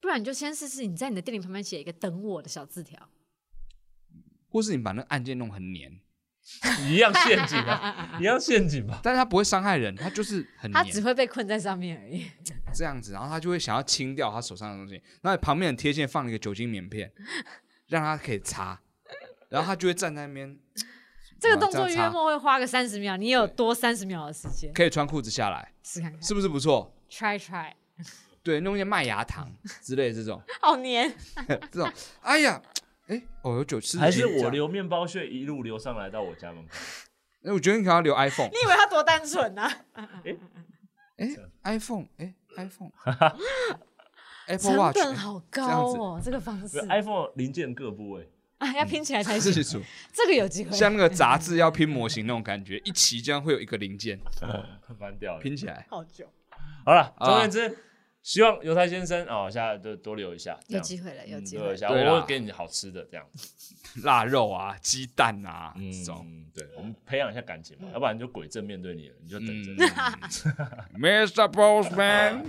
B: 不然你就先试试，你在你的店里旁边写一个“等我”的小字条，
A: 或是你把那个按键弄很黏，
C: 一样陷阱 啊，一样陷阱吧。
A: 但是它不会伤害人，它就是很
B: 他
A: 黏。
B: 只会被困在上面而已。
A: 这样子，然后他就会想要清掉他手上的东西，然后旁边很贴线 放了一个酒精棉片，让他可以擦，然后他就会站在那边
B: 这个
A: 啊
B: 动
A: 这样
B: 作约
A: 擦
B: 莫会花个三十秒，你有多三十秒的时间
A: 可以穿裤子下来，
B: 试看看
A: 是不是不错？
B: ，try try，
A: 对，弄一些麦芽糖之类的这种，
B: 好黏，
A: 这种，哎呀，哎，哦，有九十，
C: 还是我留面包屑一路流上来到我家门口？
A: 哎？我觉得你可能要留 iPhone，
B: 你以为他多单纯啊？
A: 哎，iPhone，哎，iPhone，Apple
B: 成
A: Watch，
B: 本
A: 哎
B: 好
A: 这样
B: 高
A: 子
B: 哦，这个方
C: 没
B: 式
C: 有 iPhone 零件各部位，
B: 啊，要拼起来才
A: 自己
B: 行，
A: 组，
B: 这个有机会。
A: 像那个 杂志要拼模型那种感觉，一齐这样会有一个零件
C: 翻掉了。
A: 拼起来。
B: 好久，
C: 好了，
A: 啊
C: 总而言之，希望犹太先生啊，下次多留一下，这
B: 有
C: 样
B: 机会了，有
C: 嗯
B: 机
C: 留
B: 会
C: 一。下，
A: 对啦
C: 我会给你好吃的这样。
A: 腊肉啊、鸡蛋啊、这种。
C: 嗯，对，我们培养一下感情嘛，要不然你就鬼正面对你了，你就等着。
A: 嗯 Mr. Postman,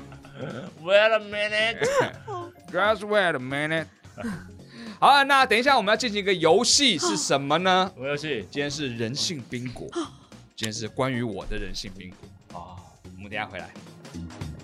C: Wait a minute，
A: just wait a minute 。 好了，那等一下我们要进行一个游戏，是什么呢？
C: 我游戏
A: 今天是人性冰果，今天是关于我的人性冰果。
C: 啊。
A: 我们等一下回来。
C: 啊！